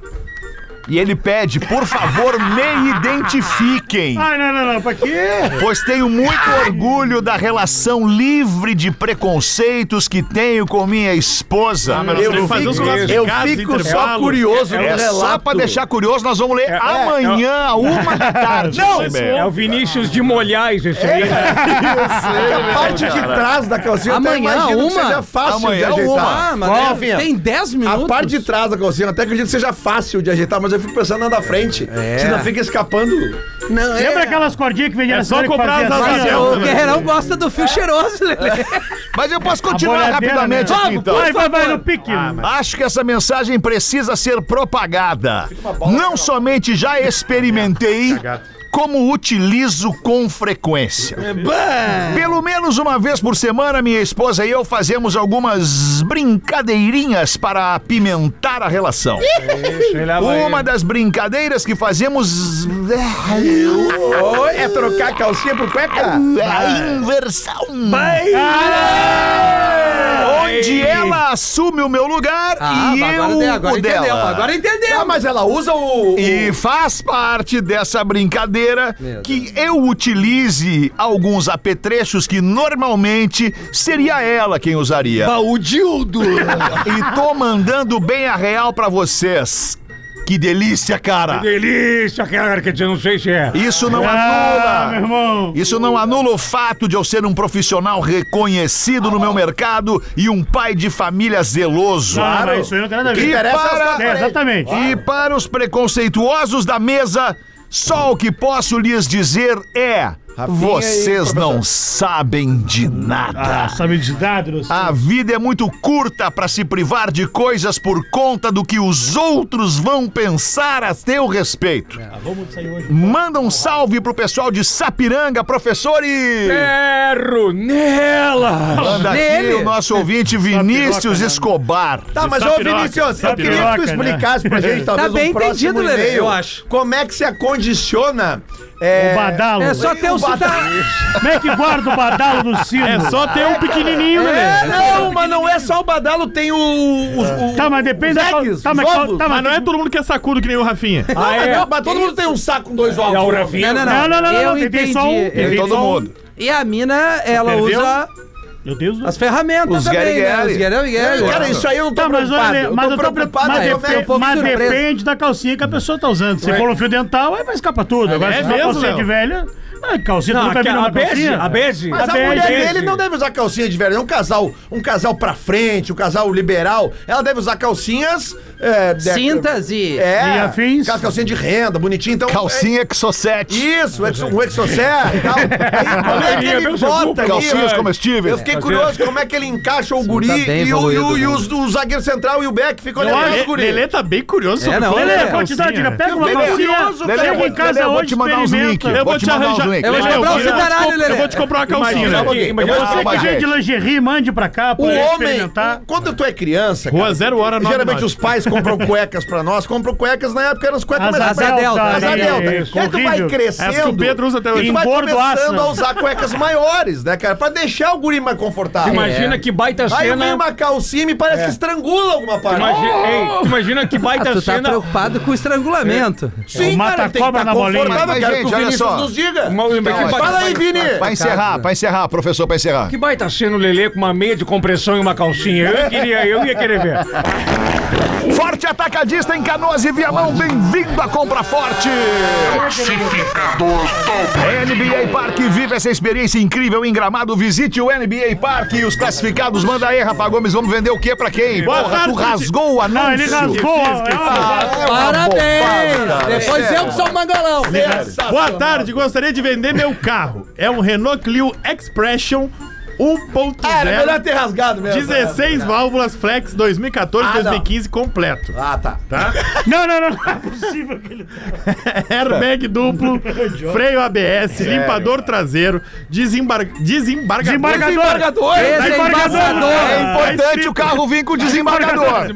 Speaker 2: E ele pede, por favor, me identifiquem.
Speaker 5: Ai, não, não, não, pra quê?
Speaker 2: Pois tenho muito orgulho da relação livre de preconceitos que tenho com minha esposa.
Speaker 8: tem que
Speaker 3: Eu
Speaker 8: fazer uns
Speaker 3: fico,
Speaker 8: churrascos de
Speaker 3: eu
Speaker 8: casa,
Speaker 3: fico só
Speaker 8: intervalo.
Speaker 3: curioso no
Speaker 2: É
Speaker 3: relato.
Speaker 2: só pra deixar curioso, nós vamos ler amanhã, a uma da tarde. Não,
Speaker 11: É o Vinícius de Molhais, esse aí.
Speaker 3: É a parte de trás da calcinha eu
Speaker 4: Amanhã,
Speaker 3: até imagino que
Speaker 4: uma?
Speaker 3: seja fácil de
Speaker 2: Amanhã,
Speaker 3: ajeitar.
Speaker 4: Ah, mas
Speaker 3: Ó,
Speaker 4: é-
Speaker 3: Rafinha,
Speaker 4: tem 10 minutos.
Speaker 3: A parte de trás da calcinha, eu até acredito que seja fácil de ajeitar, mas eu fico pensando na da frente. É. Senão fica escapando.
Speaker 4: Não, é.
Speaker 5: Lembra aquelas cordinhas que vendia
Speaker 8: É
Speaker 5: na
Speaker 8: só
Speaker 5: cidade que
Speaker 8: comprar
Speaker 5: fazia
Speaker 8: as
Speaker 5: assim,
Speaker 8: asas
Speaker 5: ó?
Speaker 8: dela.
Speaker 4: O Guerreirão gosta do
Speaker 3: É.
Speaker 4: fio cheiroso, Lelê.
Speaker 2: Mas eu posso continuar
Speaker 5: Bolhadeira,
Speaker 2: rapidamente
Speaker 5: né?
Speaker 2: aqui, então.
Speaker 5: Vai, vai, vai no pique.
Speaker 8: Ah,
Speaker 2: Acho que essa mensagem precisa ser propagada. Não somente já experimentei, como utilizo com frequência. Pelo menos uma vez por semana, minha esposa e eu fazemos algumas brincadeirinhas para apimentar a relação. Uma das brincadeiras que fazemos
Speaker 3: Ou é trocar calcinha por cueca?
Speaker 2: é a inversão. Onde ela assume o meu lugar
Speaker 4: Ah,
Speaker 2: e
Speaker 4: mas
Speaker 2: eu
Speaker 4: agora, tem- agora
Speaker 2: o
Speaker 4: entendeu.
Speaker 2: dela.
Speaker 4: Agora entendeu.
Speaker 3: Ah, mas ela usa o. o-
Speaker 2: E faz parte dessa brincadeira
Speaker 4: Meu
Speaker 2: que eu utilize alguns apetrechos que normalmente seria ela quem usaria.
Speaker 3: Ah, o dildo!
Speaker 2: E tô mandando bem a real pra vocês. que delícia, cara!
Speaker 12: Que delícia, cara, que eu não sei se é.
Speaker 2: Isso não
Speaker 12: Ah,
Speaker 2: anula.
Speaker 12: meu irmão.
Speaker 2: Isso não anula o fato de eu ser um profissional reconhecido no meu mercado e um pai de família zeloso.
Speaker 5: Não, não, não, Ah, isso aí não tem nada a ver.
Speaker 2: E
Speaker 5: Interessa
Speaker 2: para...
Speaker 5: as É, exatamente.
Speaker 2: E para os preconceituosos da mesa, só o que posso lhes dizer é... Vocês não sabem de nada.
Speaker 5: Ah, sabe de nada,
Speaker 2: A vida é muito curta para se privar de coisas por conta do que os outros vão pensar a seu respeito.
Speaker 5: É, Vamos sair hoje.
Speaker 2: Manda um salve pro pessoal de Sapiranga, professor e...
Speaker 12: Ferro nela!
Speaker 2: Manda aqui
Speaker 3: Nele.
Speaker 2: o nosso ouvinte Vinícius
Speaker 5: né?
Speaker 2: Escobar.
Speaker 3: Tá, mas ô
Speaker 5: Sapiroca,
Speaker 3: Vinícius, eu
Speaker 5: sapiroca,
Speaker 3: queria que tu
Speaker 5: né?
Speaker 3: explicasse pra gente,
Speaker 4: Tá
Speaker 3: talvez
Speaker 4: bem
Speaker 3: um próximo
Speaker 4: entendido, Lelê,
Speaker 3: e-mail,
Speaker 4: eu acho.
Speaker 3: Como é que se acondiciona... É,
Speaker 5: O badalo.
Speaker 4: É só ter o sotaque.
Speaker 5: Como é que guarda o badalo do sino?
Speaker 13: É só ter um pequenininho, né?
Speaker 3: É, não, mas não é só o badalo, tem o... os- o-
Speaker 5: Tá, mas depende da...
Speaker 3: Os eggs,
Speaker 5: Tá, mas
Speaker 3: os
Speaker 5: qual-
Speaker 3: ovos.
Speaker 5: tá,
Speaker 13: Mas
Speaker 5: mas
Speaker 13: não é todo mundo que é sacudo que nem o Rafinha.
Speaker 3: Não, mas não, mas todo mundo tem um saco com dois ovos.
Speaker 12: É o Rafinha.
Speaker 4: Não, não,
Speaker 5: Não, não, não, não,
Speaker 4: Eu
Speaker 5: tem- tem
Speaker 4: entendi.
Speaker 5: só um.
Speaker 4: Eu-
Speaker 5: Tem
Speaker 2: todo
Speaker 5: só um.
Speaker 2: mundo.
Speaker 4: E a mina, ela
Speaker 5: Entendeu?
Speaker 4: usa
Speaker 5: Meu Deus do
Speaker 4: as ferramentas
Speaker 2: Os
Speaker 4: também, né?
Speaker 2: guerigueri.
Speaker 4: Os guerigueri, guerigueri.
Speaker 3: Cara, isso aí eu não tô
Speaker 5: Tá, mas
Speaker 3: preocupado.
Speaker 5: olha,
Speaker 3: eu
Speaker 5: mas
Speaker 3: tô preocupado
Speaker 5: mas,
Speaker 3: como é que
Speaker 5: depe-
Speaker 4: eu fico
Speaker 5: mas
Speaker 4: surpreso.
Speaker 5: depende da calcinha que a pessoa tá usando. Se for um fio dental, aí vai escapar tudo. Agora,
Speaker 13: é
Speaker 5: se for
Speaker 13: mesmo,
Speaker 5: calcinha de
Speaker 13: Léo?
Speaker 5: velha, ah, calcinha tu
Speaker 12: Não,
Speaker 5: nunca viu
Speaker 12: aquela-
Speaker 5: uma
Speaker 12: a bege,
Speaker 5: calcinha.
Speaker 12: a bege.
Speaker 3: Mas a
Speaker 5: Bem,
Speaker 3: mulher
Speaker 5: gente.
Speaker 3: dele não deve usar calcinha de velho. É um casal, um casal pra frente, um casal liberal. Ela deve usar calcinhas. É, de-
Speaker 4: Cintas e...
Speaker 3: É.
Speaker 5: E afins.
Speaker 3: aquelas Calcinha de renda, bonitinha. Então,
Speaker 2: Calcinha que só
Speaker 3: é-
Speaker 2: sete.
Speaker 3: isso, exo- um exocé
Speaker 13: (laughs)
Speaker 3: e tal. Aí, como é que ele bota
Speaker 2: Calcinhas
Speaker 3: ali? Eu
Speaker 13: é
Speaker 2: comestíveis.
Speaker 3: fiquei curioso como é que ele encaixa o guri
Speaker 4: tá bem
Speaker 3: e, o, e, o,
Speaker 4: evoluído,
Speaker 3: e
Speaker 4: né?
Speaker 3: os- o zagueiro central e o Beck ficam
Speaker 13: Olha,
Speaker 3: olhando
Speaker 13: Lele-
Speaker 3: o guri.
Speaker 13: Lele tá bem curioso sobre
Speaker 4: É, não,
Speaker 13: como
Speaker 5: Lelê,
Speaker 4: Lelê,
Speaker 13: é a
Speaker 5: pode te dar
Speaker 13: calcinha.
Speaker 5: dica. né? Pega uma
Speaker 2: Lelê,
Speaker 5: calcinha,
Speaker 2: Lelê, eu
Speaker 5: chega
Speaker 2: vou-
Speaker 5: em casa
Speaker 2: Lelê, eu vou
Speaker 5: hoje,
Speaker 2: te mandar uns
Speaker 5: experimenta.
Speaker 2: links.
Speaker 13: Eu vou te arranjar. Lelê,
Speaker 2: link.
Speaker 4: vou
Speaker 13: eu
Speaker 4: comprar
Speaker 13: vou
Speaker 4: um
Speaker 13: te
Speaker 4: caralho,
Speaker 13: comp- Eu
Speaker 4: Lelê.
Speaker 13: vou te comprar uma calcinha.
Speaker 3: Imagina, um
Speaker 13: Lelê.
Speaker 3: imagina,
Speaker 13: Eu vou
Speaker 3: imagina.
Speaker 13: te-
Speaker 5: Você que é de lingerie, mande pra cá pra
Speaker 3: O
Speaker 5: eu
Speaker 3: homem,
Speaker 5: experimentar.
Speaker 3: quando tu é criança,
Speaker 13: Rua
Speaker 3: cara,
Speaker 13: zero hora, nove
Speaker 3: geralmente
Speaker 13: nove.
Speaker 3: os pais compram cuecas pra nós, compram cuecas, na época eram as cuecas
Speaker 5: Asa
Speaker 3: mais
Speaker 4: delta,
Speaker 3: asa
Speaker 4: né?
Speaker 3: delta.
Speaker 5: Isso,
Speaker 3: E aí tu é vai
Speaker 5: é horrível.
Speaker 3: crescendo.
Speaker 13: Essa que o Pedro usa até
Speaker 3: e
Speaker 13: hoje.
Speaker 3: tu vai
Speaker 5: Engordoaça.
Speaker 12: né?
Speaker 3: começando a usar cuecas maiores, né, cara? Pra deixar o guri mais confortável.
Speaker 4: É.
Speaker 3: É.
Speaker 12: Imagina que baita
Speaker 4: ah,
Speaker 3: Aí eu vem
Speaker 12: cena. É.
Speaker 3: uma calcinha e me parece que estrangula alguma parte.
Speaker 12: Imagina, ei, imagina que
Speaker 4: Ah,
Speaker 12: baita
Speaker 4: tu tá
Speaker 12: cena.
Speaker 4: preocupado com o estrangulamento.
Speaker 3: Sim,
Speaker 5: Mata
Speaker 3: cara,
Speaker 5: a
Speaker 3: tem que
Speaker 5: cobra
Speaker 3: tá
Speaker 5: na bolinha.
Speaker 3: confortável.
Speaker 2: Mas,
Speaker 3: quero
Speaker 2: gente,
Speaker 3: que o
Speaker 2: olha
Speaker 3: Vinícius
Speaker 2: só.
Speaker 3: nos diga.
Speaker 12: Uma- que
Speaker 2: Então,
Speaker 12: baita-
Speaker 3: Fala aí, Vini.
Speaker 2: Vai encerrar, vai encerrar, professor, vai encerrar.
Speaker 12: Que baita cena o Lelê com uma meia de compressão e uma calcinha. Eu queria, eu ia querer ver.
Speaker 2: Forte Atacadista em Canoas e Viamão, bem-vindo à Compra Forte! NBA Parque, vive essa experiência incrível em Gramado, visite o NBA Parque e os classificados, manda aí, Rafa Gomes, vamos vender o que pra quem?
Speaker 13: Boa
Speaker 2: Porra, tu
Speaker 13: tarde,
Speaker 2: rasgou o anúncio!
Speaker 5: Ah, ele rasgou. ó, ó,
Speaker 2: Ah, é uma bobagem, cara.
Speaker 4: Parabéns! Depois eu que sou o mangalão.
Speaker 13: Boa tarde, gostaria de vender meu carro. É um Renault Clio Expression 1.0.
Speaker 3: Ah, era melhor ter rasgado mesmo. né?
Speaker 13: 16 válvulas flex 2014
Speaker 3: Ah, não.
Speaker 13: 2015 completo.
Speaker 3: Ah, tá. (laughs)
Speaker 5: Não, não, não, não é possível que ele...
Speaker 13: (laughs) Airbag
Speaker 3: (laughs)
Speaker 13: duplo,
Speaker 3: É
Speaker 13: freio ABS, limpador traseiro, desembar... desembargador.
Speaker 5: Desembargador.
Speaker 4: Esse é
Speaker 5: embargador.
Speaker 2: É
Speaker 4: embaçador.
Speaker 2: importante o carro vir com o desembargador. Tá.
Speaker 4: Ele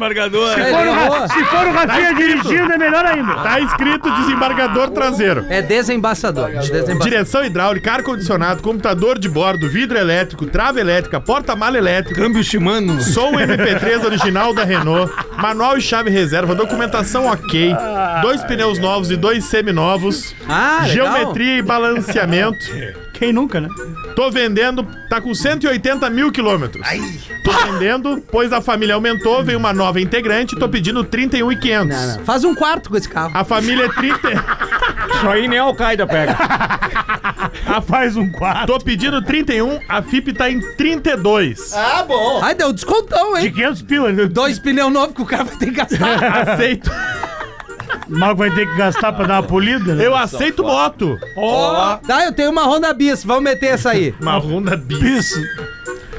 Speaker 5: for o Ra-
Speaker 4: errou.
Speaker 5: Se for o Rafinha dirigindo, é melhor ainda.
Speaker 13: Tá escrito desembargador traseiro.
Speaker 4: É desembaçador. desembaçador.
Speaker 13: Direção hidráulica, ar-condicionado, computador de bordo, vidro elétrico, trava elétrica, porta-mala elétrica,
Speaker 12: Câmbio Shimano.
Speaker 13: som MP3 original da Renault, manual e chave reserva, documentação ok, dois pneus novos e dois seminovos,
Speaker 4: Ah, legal.
Speaker 13: geometria e balanceamento.
Speaker 5: Quem nunca, né?
Speaker 13: Tô vendendo, tá com 180 mil quilômetros. Tô vendendo, pois a família aumentou, veio uma nova integrante, tô pedindo 31,500.
Speaker 4: Não, não. Faz um quarto com esse
Speaker 5: Ah,
Speaker 4: carro.
Speaker 13: A família é 30.
Speaker 5: (laughs)
Speaker 12: Isso aí nem a Al-Qaeda
Speaker 13: (laughs)
Speaker 12: pega.
Speaker 5: Rapaz, um quarto.
Speaker 13: Tô pedindo 31, a FIP tá em 32.
Speaker 3: Ah, bom.
Speaker 4: Ai, deu descontão,
Speaker 5: De
Speaker 4: hein?
Speaker 5: 500 pila. né?
Speaker 4: Dois pneus novos que o cara vai ter que
Speaker 5: (laughs)
Speaker 4: gastar.
Speaker 13: Aceito.
Speaker 5: O Mago vai ter que gastar pra dar uma polida, né?
Speaker 13: Eu aceito moto.
Speaker 4: Ó. Tá, eu tenho uma Honda Bis. Vamos meter essa aí.
Speaker 13: Uma Honda Bis.
Speaker 5: Isso.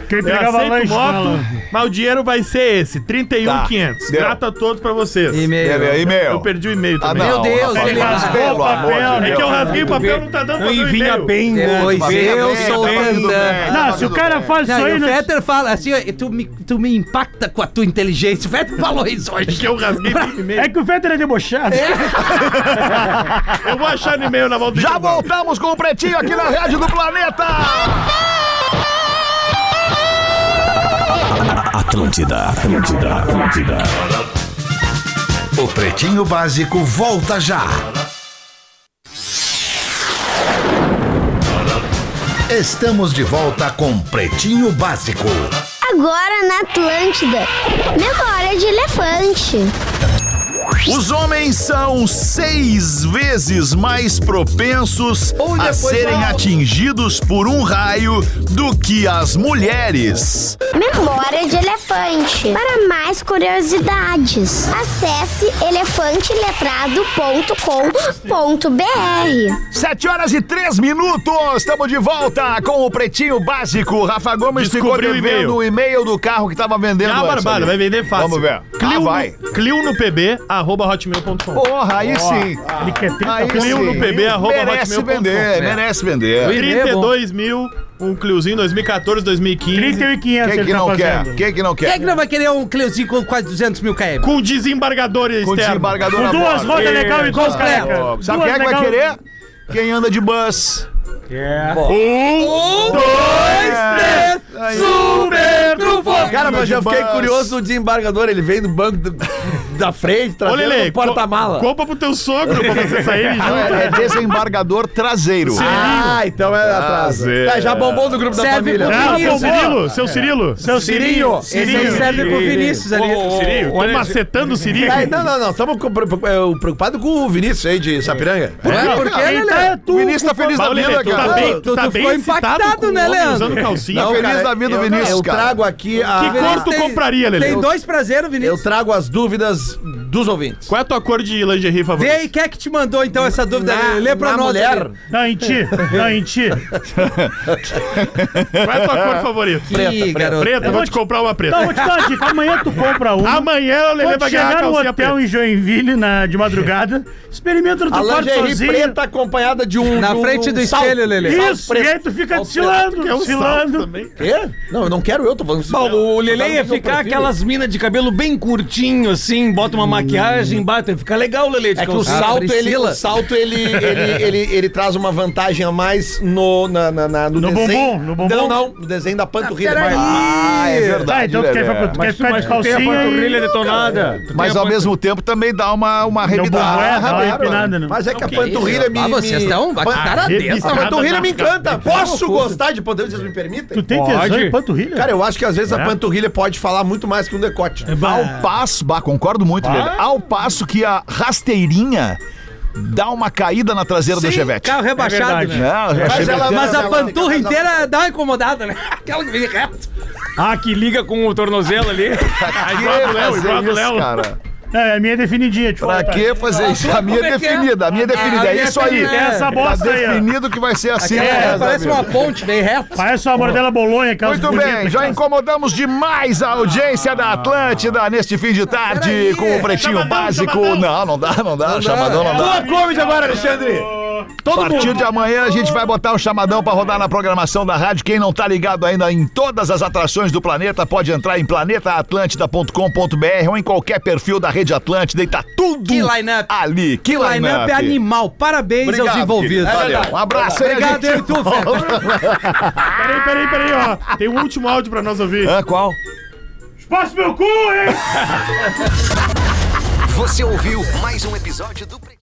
Speaker 5: Quem
Speaker 13: Eu
Speaker 5: pegava
Speaker 13: aceito
Speaker 5: lanche na
Speaker 13: moto,
Speaker 5: lan-
Speaker 13: mas o dinheiro vai ser esse, 31,500.
Speaker 2: Deu.
Speaker 13: Grato a todos pra vocês.
Speaker 4: E-mail.
Speaker 2: Peraí, meu.
Speaker 13: Eu perdi o e-mail
Speaker 2: Ah,
Speaker 13: também.
Speaker 2: não,
Speaker 4: Meu Deus,
Speaker 2: Rafael,
Speaker 4: ele
Speaker 2: mas
Speaker 4: rasgou
Speaker 2: pelo
Speaker 5: o
Speaker 2: amor de
Speaker 5: papel.
Speaker 13: É que eu
Speaker 2: Deus.
Speaker 13: rasguei o papel, não tá dando pra
Speaker 12: Não,
Speaker 13: ver
Speaker 12: e
Speaker 13: o
Speaker 12: vinha
Speaker 13: e-mail.
Speaker 12: bem, né?
Speaker 4: Pois
Speaker 2: Mas bem,
Speaker 4: eu sou
Speaker 2: tá tudo bem,
Speaker 4: lenda.
Speaker 2: tá
Speaker 5: Não, se o
Speaker 2: tudo
Speaker 5: cara
Speaker 2: bem.
Speaker 5: faz isso
Speaker 4: Não, e
Speaker 5: aí...
Speaker 4: o
Speaker 5: não- é
Speaker 4: Fetter fala assim, ó, tu me, tu me impacta com a tua inteligência. O Fetter falou isso hoje.
Speaker 13: Que eu rasguei bem o e-mail.
Speaker 5: É que o Fetter é debochado.
Speaker 13: Eu vou achar no e-mail na volta do
Speaker 2: Já
Speaker 13: intervalo.
Speaker 2: voltamos com o Pretinho aqui na Rádio do Planeta.
Speaker 9: Atlântida, Atlântida, Atlântida.
Speaker 14: O Pretinho Básico volta já. Estamos de volta com Pretinho Básico.
Speaker 8: Agora na Atlântida. Memória de elefante.
Speaker 2: Os homens são seis vezes mais propensos a serem atingidos por um raio do que as mulheres.
Speaker 8: Memória de elefante. Para mais curiosidades, acesse elefanteletrado.com.br.
Speaker 2: Sete horas e três minutos, estamos de volta com o Pretinho Básico. Rafa Gomes
Speaker 5: Descobriu o
Speaker 2: ficou devendo
Speaker 5: e-mail.
Speaker 2: o e-mail do carro que tava vendendo.
Speaker 5: Ah,
Speaker 2: antes,
Speaker 5: barbado,
Speaker 2: amigo.
Speaker 5: vai vender fácil.
Speaker 2: Vamos ver.
Speaker 5: Clio,
Speaker 2: ah, vai.
Speaker 5: Clio no pb, arroba hotmail.com.
Speaker 2: Porra, aí sim.
Speaker 5: Ele quer 30
Speaker 2: Aí
Speaker 5: Clio
Speaker 2: sim.
Speaker 5: no pb, arroba
Speaker 2: Merece
Speaker 5: hotmail ponto com. É.
Speaker 2: vender, merece vender.
Speaker 5: 32 mil, um Cliozinho 2014, 2015.
Speaker 15: 31.500
Speaker 2: Quem que
Speaker 5: tá
Speaker 2: não quer? Quem que não
Speaker 4: Quem é
Speaker 2: quer?
Speaker 4: que não vai querer um Cleuzinho com quase 200 mil KM?
Speaker 5: Com desembargador é externo.
Speaker 2: Com desembargador
Speaker 15: Com
Speaker 2: na
Speaker 15: duas
Speaker 2: borda.
Speaker 15: rodas legal e duas
Speaker 4: Completo.
Speaker 15: carecas.
Speaker 2: Sabe quem é que vai querer? Quem anda de bus.
Speaker 4: Um, dois, três, super trufo!
Speaker 3: Cara, mas eu
Speaker 2: de
Speaker 3: fiquei
Speaker 2: bus.
Speaker 3: curioso do desembargador. Ele vem do banco do- da frente,
Speaker 5: Ô,
Speaker 3: trazendo
Speaker 5: Lele,
Speaker 3: no porta-mala.
Speaker 5: co- compra pro teu sogro pra você sair junto.
Speaker 2: É, é desembargador traseiro.
Speaker 3: Ah, então é atraso.
Speaker 2: Zé.
Speaker 3: Tá, já bombou do grupo da
Speaker 4: Serve
Speaker 3: família.
Speaker 4: pro-
Speaker 5: Ah,
Speaker 4: Cirilo,
Speaker 5: seu Cirilo, seu Cirilo. Seu
Speaker 3: Cirinho.
Speaker 4: Esse aí serve pro Vinícius ali.
Speaker 5: Cirilo, tô macetando o
Speaker 3: Aí,
Speaker 5: Cirilo.
Speaker 3: Tá, então, não, não, não. Estamos preocupados com é, o Vinícius aí de Sapiranga.
Speaker 4: É, por quê, Lelê?
Speaker 2: O Vinícius tá feliz da
Speaker 5: Mas, Lele,
Speaker 2: vida,
Speaker 5: tu tá
Speaker 2: cara.
Speaker 5: bem, tu
Speaker 4: Tu-
Speaker 5: tá
Speaker 4: tu
Speaker 5: bem
Speaker 4: ficou
Speaker 5: excitado
Speaker 4: impactado,
Speaker 5: com
Speaker 4: né,
Speaker 5: homem
Speaker 4: Leandro?
Speaker 5: Usando calcinha.
Speaker 2: Tá
Speaker 3: Não,
Speaker 2: feliz
Speaker 3: cara,
Speaker 2: da vida do
Speaker 3: eu-
Speaker 2: Vinícius,
Speaker 3: Eu
Speaker 2: cara.
Speaker 3: trago aqui
Speaker 5: Que
Speaker 3: a...
Speaker 5: cor tu
Speaker 4: tem-
Speaker 5: compraria, Lele?
Speaker 4: Tem dois prazeres,
Speaker 3: Eu
Speaker 4: Vinícius.
Speaker 3: trago as dúvidas dos ouvintes.
Speaker 5: Qual é a tua cor de lingerie
Speaker 4: Vê
Speaker 5: favorita?
Speaker 4: aí, quem é que te mandou então essa dúvida? Lelê? Lê pra
Speaker 3: na
Speaker 4: nós.
Speaker 3: mulher.
Speaker 4: Lelê.
Speaker 15: Não, em ti. Não, em ti.
Speaker 5: Qual é a tua cor favorita?
Speaker 4: Ih, garoto.
Speaker 5: Preta, eu vou te comprar uma
Speaker 15: Não,
Speaker 5: preta.
Speaker 15: vou te dar uma dica. Amanhã tu compra um.
Speaker 5: Amanhã eu levei
Speaker 15: Quando
Speaker 5: pra ganhar a
Speaker 15: chegar no
Speaker 5: calcinha
Speaker 15: hotel
Speaker 5: preta.
Speaker 15: em Joinville na, de madrugada, experimenta no
Speaker 3: A
Speaker 15: teu quarto
Speaker 3: lingerie
Speaker 15: sozinho.
Speaker 3: preta acompanhada de um...
Speaker 4: Na
Speaker 3: de um
Speaker 4: frente do
Speaker 3: salto.
Speaker 4: espelho, Lelê.
Speaker 15: Isso,
Speaker 3: preto.
Speaker 15: e aí tu fica
Speaker 3: Sal
Speaker 15: desfilando,
Speaker 5: É um salto
Speaker 15: desfilando.
Speaker 5: também.
Speaker 3: Quê? Não, eu não quero eu, tô falando...
Speaker 16: Bom, o Lele ia
Speaker 3: Sabe o que eu
Speaker 16: ficar
Speaker 3: prefiro?
Speaker 16: aquelas minas de cabelo bem curtinho, assim, bota uma maquiagem, bate, fica legal o Lele de
Speaker 3: É que o
Speaker 16: calcinha.
Speaker 3: salto, ele,
Speaker 4: Priscila.
Speaker 3: o salto ele, ele, ele, ele traz uma vantagem a mais no, na, na- na- no,
Speaker 15: No
Speaker 3: desenho.
Speaker 15: bumbum, no bumbum.
Speaker 3: Não, não, no desenho da panturrilha.
Speaker 4: peraí.
Speaker 2: Ah, é verdade.
Speaker 15: Tá, então tu quer,
Speaker 2: Lelé.
Speaker 15: ficar- tu quer
Speaker 16: Mas tu,
Speaker 15: ficar
Speaker 16: mas
Speaker 15: de
Speaker 16: tu tem a
Speaker 15: calcinha
Speaker 16: panturrilha
Speaker 15: e...
Speaker 16: detonada. Tu
Speaker 2: Mas
Speaker 16: tem a
Speaker 2: ao
Speaker 16: pan-
Speaker 2: mesmo tempo também dá uma, uma
Speaker 3: Ah,
Speaker 2: Ah,
Speaker 15: bumbum, é,
Speaker 2: revidada.
Speaker 15: dá uma
Speaker 2: claro.
Speaker 15: empinada, né?
Speaker 3: Mas é que a panturrilha me...
Speaker 4: Ah, vocês
Speaker 3: me-
Speaker 4: estão a cara
Speaker 5: É
Speaker 3: A
Speaker 4: dessa.
Speaker 3: panturrilha me encanta. Posso gostar de poder, vocês me permitem?
Speaker 15: Tu tem
Speaker 16: Pode.
Speaker 15: tesão em panturrilha?
Speaker 3: Cara, eu acho que às vezes a panturrilha pode falar muito mais que um decote.
Speaker 2: Ao passo, bah, concordo muito, Lelê. Ao passo que a rasteirinha dá uma caída na traseira do Chevette.
Speaker 4: Carro rebaixado,
Speaker 16: verdade.
Speaker 4: né?
Speaker 2: Não, o
Speaker 3: Mas
Speaker 2: Chevette-
Speaker 3: ela-
Speaker 4: Mas a
Speaker 3: Ela
Speaker 4: panturra
Speaker 3: fica-
Speaker 4: inteira dá uma incomodada, né? Aquela que vem reto.
Speaker 16: Ah, que liga com o tornozelo ali.
Speaker 2: Pra que
Speaker 5: igual a do Léo,
Speaker 2: tá fazer
Speaker 5: igual a do
Speaker 2: isso,
Speaker 5: Léo.
Speaker 2: cara?
Speaker 15: É, a minha é definidinha. Tipo,
Speaker 2: Pra que fazer isso? A minha
Speaker 4: Como
Speaker 2: é
Speaker 4: é que é?
Speaker 2: definida, a minha é definida.
Speaker 4: a
Speaker 2: É
Speaker 4: minha
Speaker 2: isso aí.
Speaker 4: definida.
Speaker 15: É essa
Speaker 2: Tá
Speaker 15: bosta aí, ó.
Speaker 2: definido que vai ser assim.
Speaker 4: Aquela
Speaker 2: né,
Speaker 4: que é, parece
Speaker 2: Zabiru?
Speaker 4: uma ponte, né? vem reto.
Speaker 15: Parece uma mordela bolonha, aquelas
Speaker 2: Muito
Speaker 15: bonitas.
Speaker 2: bem, já incomodamos demais a audiência da Atlântida neste fim de tarde
Speaker 4: Peraí.
Speaker 2: com o Pretinho
Speaker 5: Chamadão,
Speaker 2: Básico.
Speaker 5: chamadão.
Speaker 2: Não, não dá, não dá,
Speaker 4: dá.
Speaker 2: chamadão não dá.
Speaker 3: Comedy agora, Alexandre!
Speaker 2: A partir de amanhã a gente vai botar o chamadão pra rodar na programação da rádio. Quem não tá ligado ainda em todas as atrações do planeta pode entrar em planetaatlântida.com.br ou em qualquer perfil da Rede Atlântida e tá tudo
Speaker 4: Que line-up.
Speaker 2: ali. Que
Speaker 4: O line-up é animal. Parabéns
Speaker 2: Obrigado,
Speaker 4: aos envolvidos.
Speaker 2: querido. Valeu. Um abraço aí,
Speaker 4: Obrigado,
Speaker 2: gente.
Speaker 4: eu e tu, Feta.
Speaker 5: Peraí, peraí, peraí, ó. Tem um último áudio pra nós ouvir.
Speaker 2: Hã, qual?
Speaker 15: Espaço meu cu, hein?
Speaker 17: Você ouviu mais um episódio do